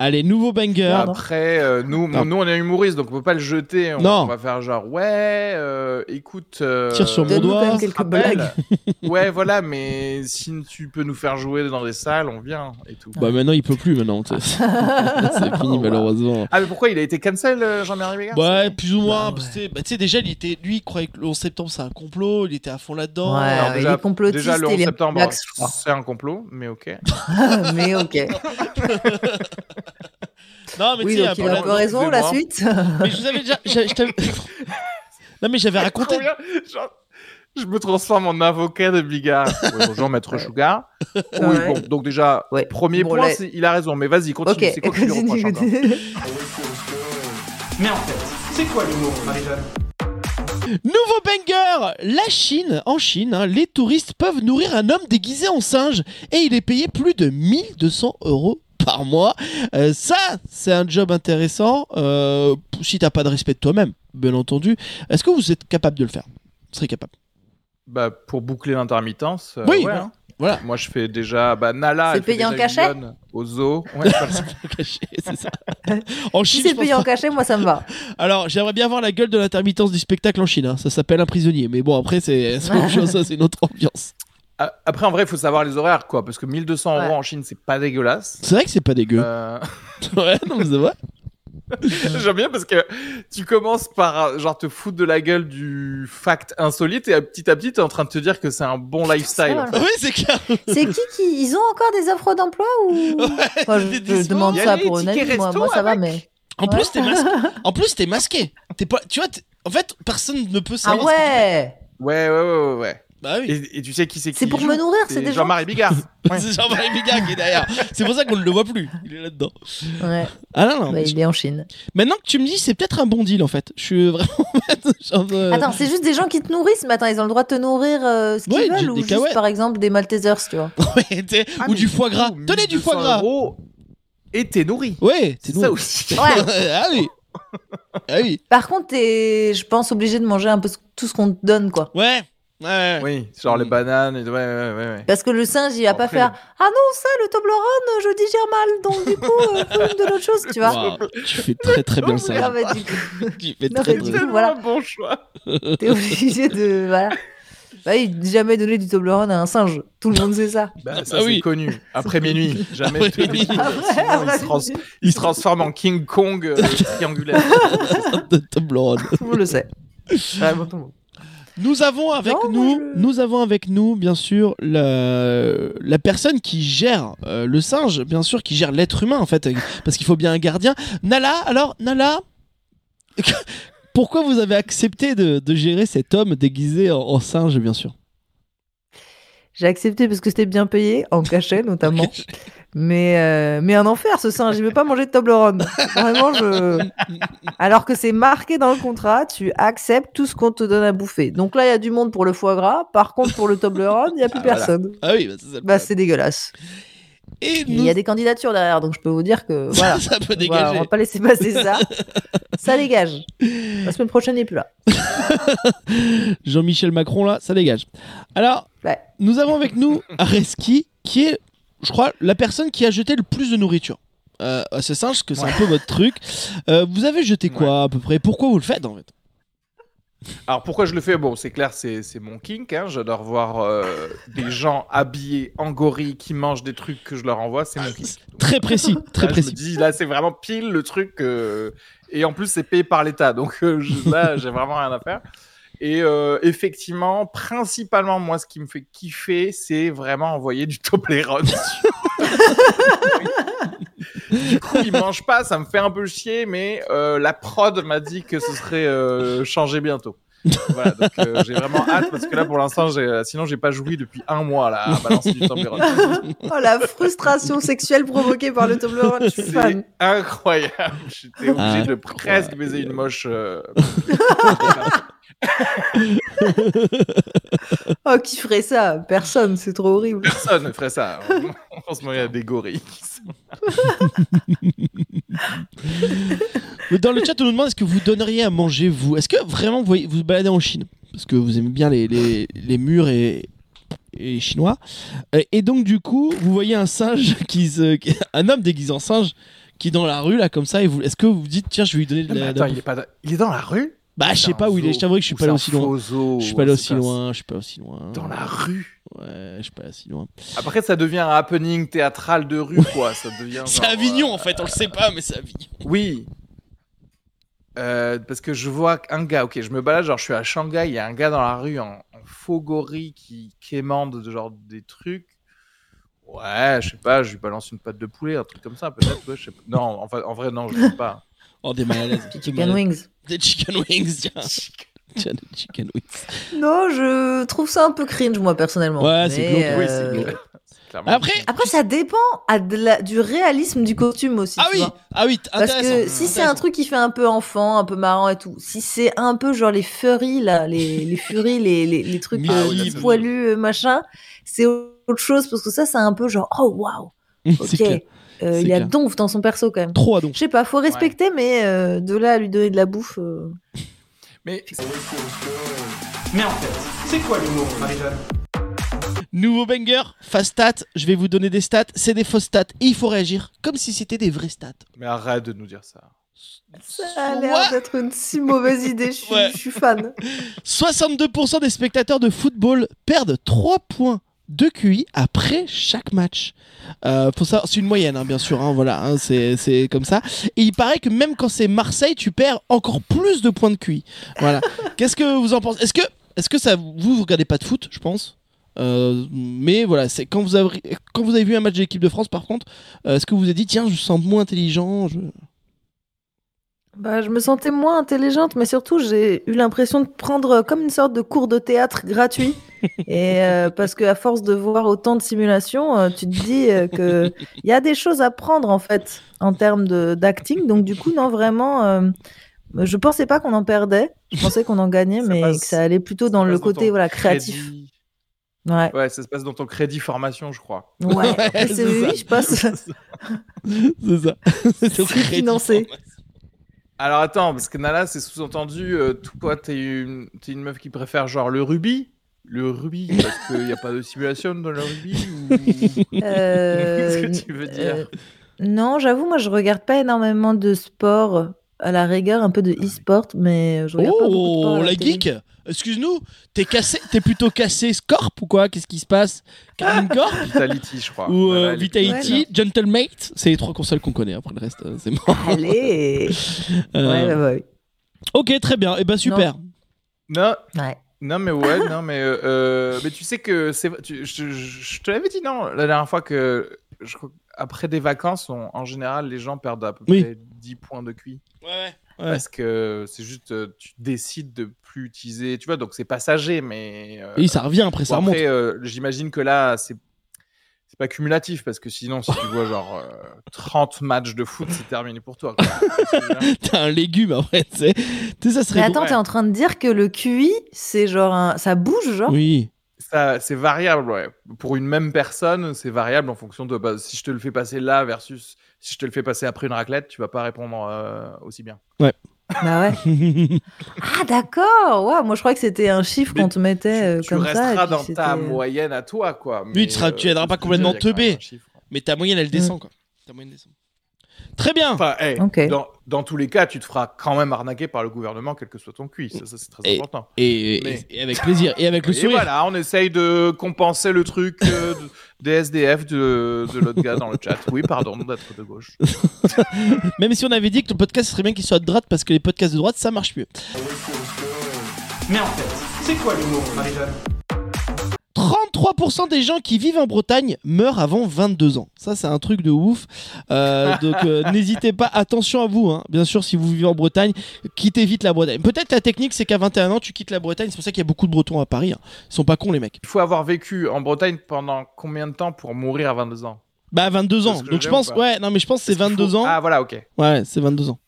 Allez, nouveau banger. Pardon. Après, euh, nous, Non. nous, on est humoriste, donc on peut pas le jeter. On, Non. on va faire genre, ouais, euh, écoute. euh, Tire sur mon Donne-nous doigt. quand même quelques rappel. blagues. ouais, voilà, mais si tu peux nous faire jouer dans des salles, on vient et tout. Bah maintenant il peut plus maintenant. tu sais. c'est fini malheureusement. Ah, mais pourquoi il a été cancel, euh, Jean-Marie Bigard Ouais, plus ou moins. Bah, ouais. parce que, bah, tu sais, déjà, il était, lui, il croyait que le 11 septembre, c'est un complot. Il était à fond là-dedans. Ouais, Alors, il déjà- est complotiste, Déjà le 11 il est septembre, Ah, Max, je crois. c'est un complot, mais ok. Mais ok. Non, mais Oui, tu sais, donc il a un peu Apollo, raison, la excusez-moi. suite. Mais je vous avais déjà. j'a- je t'avais- non, mais j'avais raconté. Combien- genre, je me transforme en avocat de Bigard. Ouais, bonjour, maître Sugar. Oui, Ah Ouais. bon, donc déjà, Ouais. premier Bon, point, là- c'est- il a raison, mais vas-y, continue. Ok, c'est quoi que tu lui continue, reproches encore continue. Mais en fait, c'est quoi l'humour, Marie-Jeanne Nouveau banger La Chine, en Chine, hein, les touristes peuvent nourrir un homme déguisé en singe et il est payé plus de 1200 euros par mois. Euh, ça, c'est un job intéressant euh, si t'as pas de respect de toi-même, bien entendu. Est-ce que vous êtes capable de le faire Vous serez capable. Bah, pour boucler l'intermittence, euh, Oui, ouais, voilà. hein. Voilà. Moi, je fais déjà bah, Nala. C'est elle fait payé en déjà une cachet donne Au zoo. Ouais, parce que- Caché, c'est ça. En Si Chine, je c'est pense payé en cachet, moi ça me va. Alors, j'aimerais bien voir la gueule de l'intermittence du spectacle en Chine. hein. Ça s'appelle un prisonnier. Mais bon, après, c'est c'est autre chose, ça, c'est notre ambiance. Ah, Après, en vrai, il faut savoir les horaires, quoi. Parce que 1200 euros Ouais. en Chine, c'est pas dégueulasse. C'est vrai que c'est pas dégueu. Euh, Ouais, non, mais c'est vrai. J'aime bien parce que tu commences par euh, genre te foutre de la gueule du fact insolite et à- petit à petit t'es en train de te dire que c'est un bon lifestyle. Ah, Oui, c'est clair. C'est qui qui Ils ont encore des offres d'emploi ou Moi, je, Des je discours. demande Il y a ça les pour une tickets amie, moi, resto moi, ça va, avec. mais. En Ouais. plus, t'es masqué. En plus, t'es masqué. T'es pas. Tu vois, t'es- en fait, personne ne peut Ah savoir. ce que- ouais Ouais, ouais, ouais, ouais. ouais. Bah oui. Et, et tu sais qui c'est qui C'est pour joue me nourrir, c'est des gens. Jean-Marie Bigard. Ouais. C'est Jean-Marie Bigard qui est derrière. C'est pour ça qu'on ne le voit plus. Il est là-dedans. Ouais, Ah non, non. bah, mais- il est en Chine. Maintenant que tu me dis, c'est peut-être un bon deal en fait. Je suis vraiment. genre, euh, Attends, c'est juste des gens qui te nourrissent, mais attends, ils ont le droit de te nourrir euh, ce qu'ils Ouais, des- veulent ou des cacahuètes. juste par exemple des Maltesers, tu vois. ouais, tu sais, Ah, Ou mais du foie gras. coup, Donnez du foie 1200 gras. euros Et t'es nourri. Ouais, C'est nous. ça aussi. ah oui. Ah oui. Par contre, t'es, je pense, obligé de manger un peu tout ce qu'on te donne, quoi. Ouais. Ouais. Oui, genre les Mm. bananes. Et... Ouais, ouais, ouais. ouais. Parce que le singe, il va pas Après, faire Ah non, ça, le Toblerone, je digère mal, donc du coup, euh, faut une de l'autre chose, tu vois. Waouh, tu fais très très bien Ah ça. bah du coup, Tu fais Non, très très mais C'est tu- bien. tellement Voilà. un bon choix. t'es obligé de. Voilà. Bah, il jamais donné du Toblerone à un singe. Tout le monde sait ça. Bah, bah ça oui. c'est connu. Après minuit, jamais. Après te le- minuit. Sinon, il, se trans- il se transforme en King Kong euh, triangulaire. de Toblerone. Tout le monde le sait. Vraiment tout le monde. Nous avons avec Non, nous, moi, je- nous avons avec nous, bien sûr, la, la personne qui gère euh, le singe, bien sûr, qui gère l'être humain en fait, euh, parce qu'il faut bien un gardien. Nala, alors Nala, pourquoi vous avez accepté de, de gérer cet homme déguisé en, en singe, bien sûr J'ai accepté parce que c'était bien payé, en cachet notamment. mais, euh, mais un enfer ce singe, il veut pas manger de Toblerone. Vraiment, je. Alors que c'est marqué dans le contrat, tu acceptes tout ce qu'on te donne à bouffer. Donc là, il y a du monde pour le foie gras. Par contre, pour le Toblerone, il n'y a plus Ah, voilà. personne. Ah oui, bah, c'est ça le Bah, problème. c'est dégueulasse. Et Il nous, y a des candidatures derrière, donc je peux vous dire que voilà. ça peut Voilà, dégager. on va pas laisser passer ça. ça dégage. La semaine prochaine, il n'est plus là. Jean-Michel Macron là, ça dégage. Alors, Ouais. nous avons avec nous Areski, qui est, je crois, la personne qui a jeté le plus de nourriture. Euh, à ce singe, parce que c'est un peu votre truc. Euh, vous avez jeté quoi à peu près Pourquoi vous le faites en fait Alors pourquoi je le fais Bon, c'est clair, c'est c'est mon kink. hein. J'adore voir euh, des gens habillés en gorille qui mangent des trucs que je leur envoie. C'est mon kink. Donc, Très précis, très là, précis. Ah, Je me dis, là, c'est vraiment pile le truc. euh, Et en plus, c'est payé par l'État. Donc euh, je- là, j'ai vraiment rien à faire. Et euh, effectivement, principalement, moi, ce qui me fait kiffer, c'est vraiment envoyer du Toblerone. du coup, ils mangent pas, ça me fait un peu chier, mais euh, la prod m'a dit que ce serait euh, changé bientôt. voilà, donc euh, j'ai vraiment hâte parce que là, pour l'instant, j'ai- euh, sinon, j'ai pas joui depuis un mois là, à balancer du Toblerone. Oh, la frustration sexuelle provoquée par le Toblerone, je suis fan. C'est incroyable. J'étais obligé de Incroyable. presque baiser une moche. euh, Oh, qui ferait ça Personne, c'est trop horrible. Personne ne ferait ça. On se moquerait des gorilles. qui sont- Dans le chat, on nous demande est-ce que vous donneriez à manger vous Est-ce que vraiment vous voyez- vous vous baladez en Chine Parce que vous aimez bien les, les, les murs et, et les chinois. Euh, Et donc, du coup, vous voyez un singe qui se. qui- Un homme déguisé en singe qui est dans la rue là comme ça et vous est-ce que vous vous dites tiens je vais lui donner de Non, mais la, attends, de la- il est, pas... il est dans la rue bah je sais pas où il est je t'avoue que je suis pas allé aussi loin je suis pas allé aussi loin je suis pas aussi loin Dans la rue. ouais je suis pas si loin Après, ça devient un happening théâtral de rue, quoi. Ça devient. c'est genre, Avignon euh, en fait on le sait pas mais c'est Avignon Oui. Euh, parce que je vois un gars, ok, je me balade, genre je suis à Shanghai, il y a un gars dans la rue en, en faux gorille qui quémande de- genre des trucs. Ouais, je sais pas, je lui balance une patte de poulet, un truc comme ça, peut-être. ouais, je sais pas. Non, en, fait- en vrai, non, je sais pas. oh des mal à l'aise des mal Chicken à l'aise. Wings. des chicken wings tiens Tiens, des chicken wings Non, je trouve ça un peu cringe, moi, personnellement. ouais c'est Mais, glauque euh, oui c'est glauque Clairement. après Après, ça dépend à de la- du réalisme du costume aussi. ah tu oui vois. ah oui Parce que intéressant, si c'est un intéressant. truc qui fait un peu enfant, un peu marrant et tout, si c'est un peu genre les furries, là, les, les furries, les, les, les trucs Mille euh, livres. poilus, euh, machin, c'est autre chose parce que ça, c'est un peu genre, oh waouh, c'est ok, clair. euh, c'est il y a clair. donf dans son perso quand même. trop à donc Je sais pas, faut respecter, mais euh, de là à lui donner de la bouffe. euh, Mais Mais en fait, c'est quoi l'humour, Marie-Jeanne Nouveau banger, fast stat, je vais vous donner des stats, c'est des fausses stats et il faut réagir comme si c'était des vraies stats. Mais arrête de nous dire ça. Ça a Soit l'air d'être une si mauvaise idée, je suis Ouais. je suis fan. 62% des spectateurs de football perdent 3 points de QI après chaque match. Euh, faut savoir- c'est une moyenne, hein, bien sûr, hein, voilà, hein, c'est, c'est comme ça. Et il paraît que même quand c'est Marseille, tu perds encore plus de points de QI. Voilà. Qu'est-ce que vous en pensez Est-ce que, est-ce que ça, vous, vous regardez pas de foot, je pense Euh, mais voilà, c'est quand vous avez quand vous avez vu un match de l'équipe de France, par contre, euh, est-ce que vous vous êtes dit tiens, je me sens moins intelligent je- Bah, je me sentais moins intelligente, mais surtout j'ai eu l'impression de prendre euh, comme une sorte de cours de théâtre gratuit. Et euh, parce que à force de voir autant de simulations, euh, tu te dis euh, que il y a des choses à prendre en fait en termes de d'acting. Donc du coup, non vraiment, euh, je pensais pas qu'on en perdait. Je pensais qu'on en gagnait, Ça mais passe- que ça allait plutôt ça dans le passe dans côté ton voilà créatif. Crédit- Ouais. Ouais, ça se passe dans ton crédit formation, je crois. Ouais. Après, c'est- c'est ça. oui, je passe. C'est ça. C'est financé. Alors attends, parce que Nala, c'est sous-entendu, euh, toi, t'es une... t'es une meuf qui préfère genre le rubis Le rubis, parce qu'il n'y a pas de simulation dans le rubis ou... Euh, Qu'est-ce que tu veux dire euh, Non, j'avoue, moi, je regarde pas énormément de sport. À la rigueur, un peu de e-sport, mais euh, je regarde pas beaucoup de sport à Ah Oh, la la télé. geek Excuse-nous, t'es cassé, t'es plutôt cassé Scorp ou quoi Qu'est-ce qui se passe Carmine Corp Vitality, je crois. ou euh, Voilà, les- Vitality, Gentlemate C'est les trois consoles qu'on connaît, après le reste, euh, c'est mort. Allez Ouais, Euh, ouais, ouais. Ok, très bien, et eh ben super. Non, Ouais. non mais ouais, non mais... euh, euh, mais tu sais que c'est... tu- Je, je- je te l'avais dit, non, la dernière fois que... Je... crois Après des vacances, on- en général, les gens perdent à peu Oui. près 10 points de QI. Ouais, ouais. Parce que c'est juste, euh, tu décides de plus utiliser, tu vois, donc c'est passager, mais... euh, Oui, ça revient après, ça Bon, remonte. après, euh, j'imagine que là, c'est c'est pas cumulatif parce que sinon, si tu vois genre euh, 30 matchs de foot, c'est terminé pour toi. quoi. T'as un légume après, tu sais. Tu sais, ça Mais serait. attends, ouais. t'es en train de dire que le QI, c'est genre un... Ça bouge, genre Oui. Ça, c'est variable, ouais. Pour une même personne, c'est variable en fonction de bah, si je te le fais passer là versus si je te le fais passer après une raclette, tu vas pas répondre euh, aussi bien. Bah ouais. Ah, d'accord Waouh, Moi, je croyais que c'était un chiffre Mais qu'on te mettait euh, tu comme ça. resteras et puis dans ta c'était- euh, moyenne à toi, quoi. euh, tu seras- tu aideras je pas veux dire, il y a complètement quand même teubé. un chiffre. hein. Mais ta moyenne, elle descend, quoi. Ta moyenne descend. Très bien Enfin, hey, Ok. dans, dans tous les cas, tu te feras quand même arnaquer par le gouvernement, quel que soit ton QI. Ça, ça, c'est très Et- important. et, et- Mais- et avec plaisir, et avec le Et sourire. voilà, on essaye de compenser le truc euh, de- des SDF de, de l'autre gars dans le chat. Oui, pardon d'être de gauche. Même si on avait dit que ton podcast serait bien qu'il soit de droite, parce que les podcasts de droite, ça marche mieux. Mais en fait, c'est quoi l'humour, Marie-Jeanne 33% des gens qui vivent en Bretagne meurent avant 22 ans. Ça, c'est un truc de ouf. Euh, donc, euh, n'hésitez pas. Attention à vous, hein. bien sûr, si vous vivez en Bretagne, quittez vite la Bretagne. Peut-être la technique, c'est qu'à 21 ans, tu quittes la Bretagne. C'est pour ça qu'il y a beaucoup de Bretons à Paris. hein. Ils sont pas cons, les mecs. Il faut avoir vécu en Bretagne pendant combien de temps pour mourir à 22 ans Bah, 22 C'est ans. ce que Donc, je je veux pense, ou pas ouais, non, mais je pense que c'est Est-ce qu'il 22 faut- ans. Ah voilà, ok. Ouais, c'est 22 ans.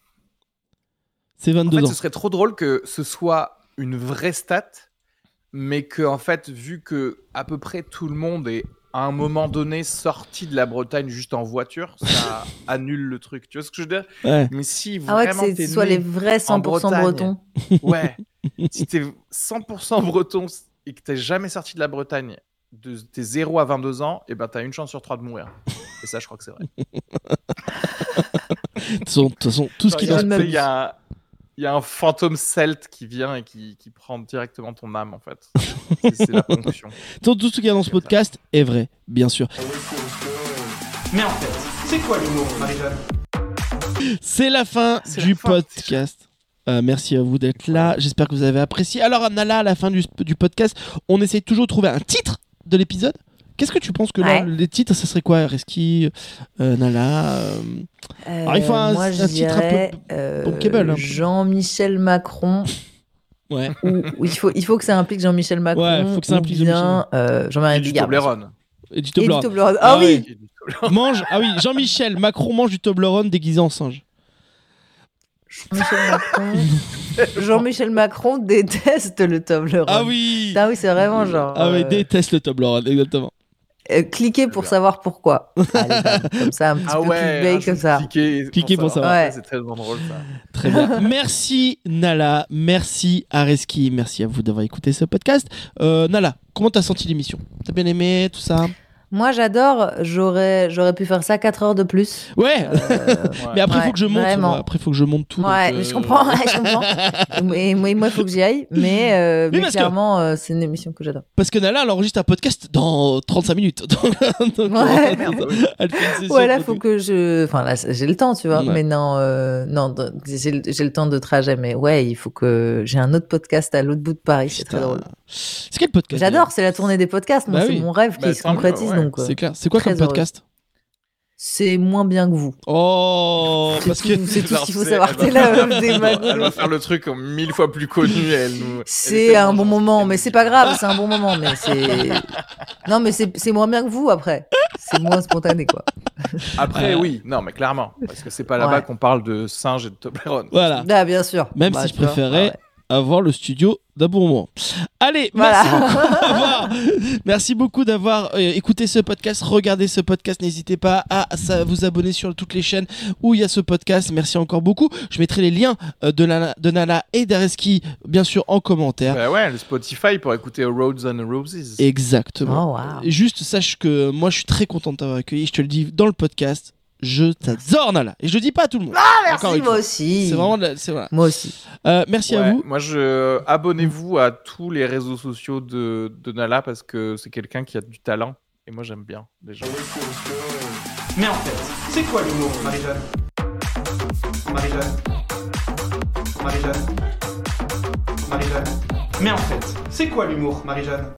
C'est En 22 fait, ans. ce serait trop drôle que ce soit une vraie stat, mais que en fait, vu que à peu près tout le monde est à un moment donné sorti de la Bretagne juste en voiture, ça annule le truc. Tu vois ce que je veux dire Ouais. Mais si Ah ouais, que vraiment c'est- t'es ce soit les né- vrais 100% Bretagne. bretons. Ouais. si t'es 100% breton et que t'es jamais sorti de la Bretagne, de tes eh 0 à 22 ans, et ben t'as une chance sur 3 de mourir. Et ça, je crois que c'est vrai. De toute façon, tout ce qui Genre, dans Il y a- m'amuse. il y a, il y a un fantôme celte qui vient et qui, qui prend directement ton âme, en fait. C'est- C'est la ponction. tout tout ce qu'il y a dans ce podcast est vrai, bien sûr. Mais en fait, c'est quoi l'humour, Marie-Jeanne C'est la fin C'est du la fin. podcast. Euh, merci à vous d'être là. J'espère que vous avez apprécié. Alors, Nala, à la fin du, du podcast, on essaie toujours de trouver un titre de l'épisode. Qu'est-ce que tu penses que là, Ouais. les titres, ça serait quoi Reski, euh, Nala euh, il Euh, faut un- moi, un je titre un peu dirais, euh, bankable, un peu. Jean-Michel Macron. Ouais. ou- ou il, faut, il faut que ça implique Jean-Michel Macron. Ouais, faut que ça ou implique bien, euh, Jean-Marie Et du Bigard. Toblerone. Et du Et du Toblerone. Toblerone. Ah Ah, oui, ouais. Et du- mange. Ah oui, Jean-Michel Macron mange du Toblerone déguisé en singe. Jean-Michel Macron. Jean-Michel Macron déteste le Toblerone. Ah oui Ah oui, c'est vraiment genre. Ah oui, euh, déteste le Toblerone, exactement. Euh, cliquez pour savoir pourquoi. Allez, bam, comme ça, un petit Ah peu ouais, clickbait comme ça. Cliquez, Cliquez pour savoir. savoir. Ça, C'est très drôle, ça. Très bien. Merci Nala, merci Areski, merci à vous d'avoir écouté ce podcast. Euh, Nala, comment t'as senti l'émission T'as bien aimé tout ça Moi, j'adore. J'aurais, j'aurais pu faire ça 4 heures de plus. Ouais. Euh, Ouais. Mais après ouais, faut que je monte. vraiment. moi. Après faut que je monte tout. ouais, donc, euh, je comprends. ouais, je comprends. Et moi, il faut que j'y aille. Mais, euh, Oui, mais parce que- clairement, euh, c'est une émission que j'adore. Parce que Nala elle enregistre un podcast dans 35 minutes. Donc, donc, Ouais. elle fait une session Ouais, là, de- faut que je. Enfin, là, c'est- j'ai le temps, tu vois. Ouais. Mais non, euh, non, de- j'ai le j'ai le temps de trajet. Mais ouais, il faut que j'ai un autre podcast à l'autre bout de Paris. C'est très Putain. drôle. C'est quel podcast J'adore. C'est la tournée des podcasts. Moi, Bah c'est oui. mon rêve Bah, qui se tant mieux, concrétise. ouais. Donc, euh, C'est clair. C'est quoi Très comme podcast c'est moins bien que vous. Oh, C'est parce que tout- c'est tout ce qu'il faut Alors, savoir. c'est- T'es elle là, va- meuf des Elle magots. va- elle va faire le truc en mille fois plus connu et elle nous. elle C'est fait un hein. manger. bon moment, mais c'est pas grave, c'est un bon moment, mais c'est. Non, mais c'est c'est moins bien que vous après. C'est moins spontané, quoi. Après, Euh. oui, non, mais clairement. Parce que c'est pas là-bas Ouais. qu'on parle de singes et de Toblerone. voilà. Ah, bien sûr. Même si je tu vois, préférais- ah ouais. avoir le studio d'abondement. Allez, Voilà. merci beaucoup d'avoir, merci beaucoup d'avoir euh, écouté ce podcast, regardé ce podcast. N'hésitez pas à sa- vous abonner sur toutes les chaînes où il y a ce podcast. Merci encore beaucoup. Je mettrai les liens euh, de, Nala- de Nala et d'Areski, bien sûr, en commentaire. Bah ouais, le Spotify pour écouter Roads and Roses. Exactement. Oh, waouh. Juste sache que moi, je suis très content de t'avoir accueilli. Je te le dis dans le podcast. Je t'adore, Nala. Et je le dis pas à tout le monde. Encore Ah, Merci, une moi fois. aussi. C'est vraiment. de la- c'est voilà. Moi aussi. Euh, merci à Ouais, vous. Moi, je abonnez-vous à tous les réseaux sociaux de, de Nala parce que c'est quelqu'un qui a du talent et moi j'aime bien les gens. Mais en fait, c'est quoi l'humour, Marie-Jeanne Marie-Jeanne Marie-Jeanne Marie-Jeanne Mais en fait, c'est quoi l'humour, Marie-Jeanne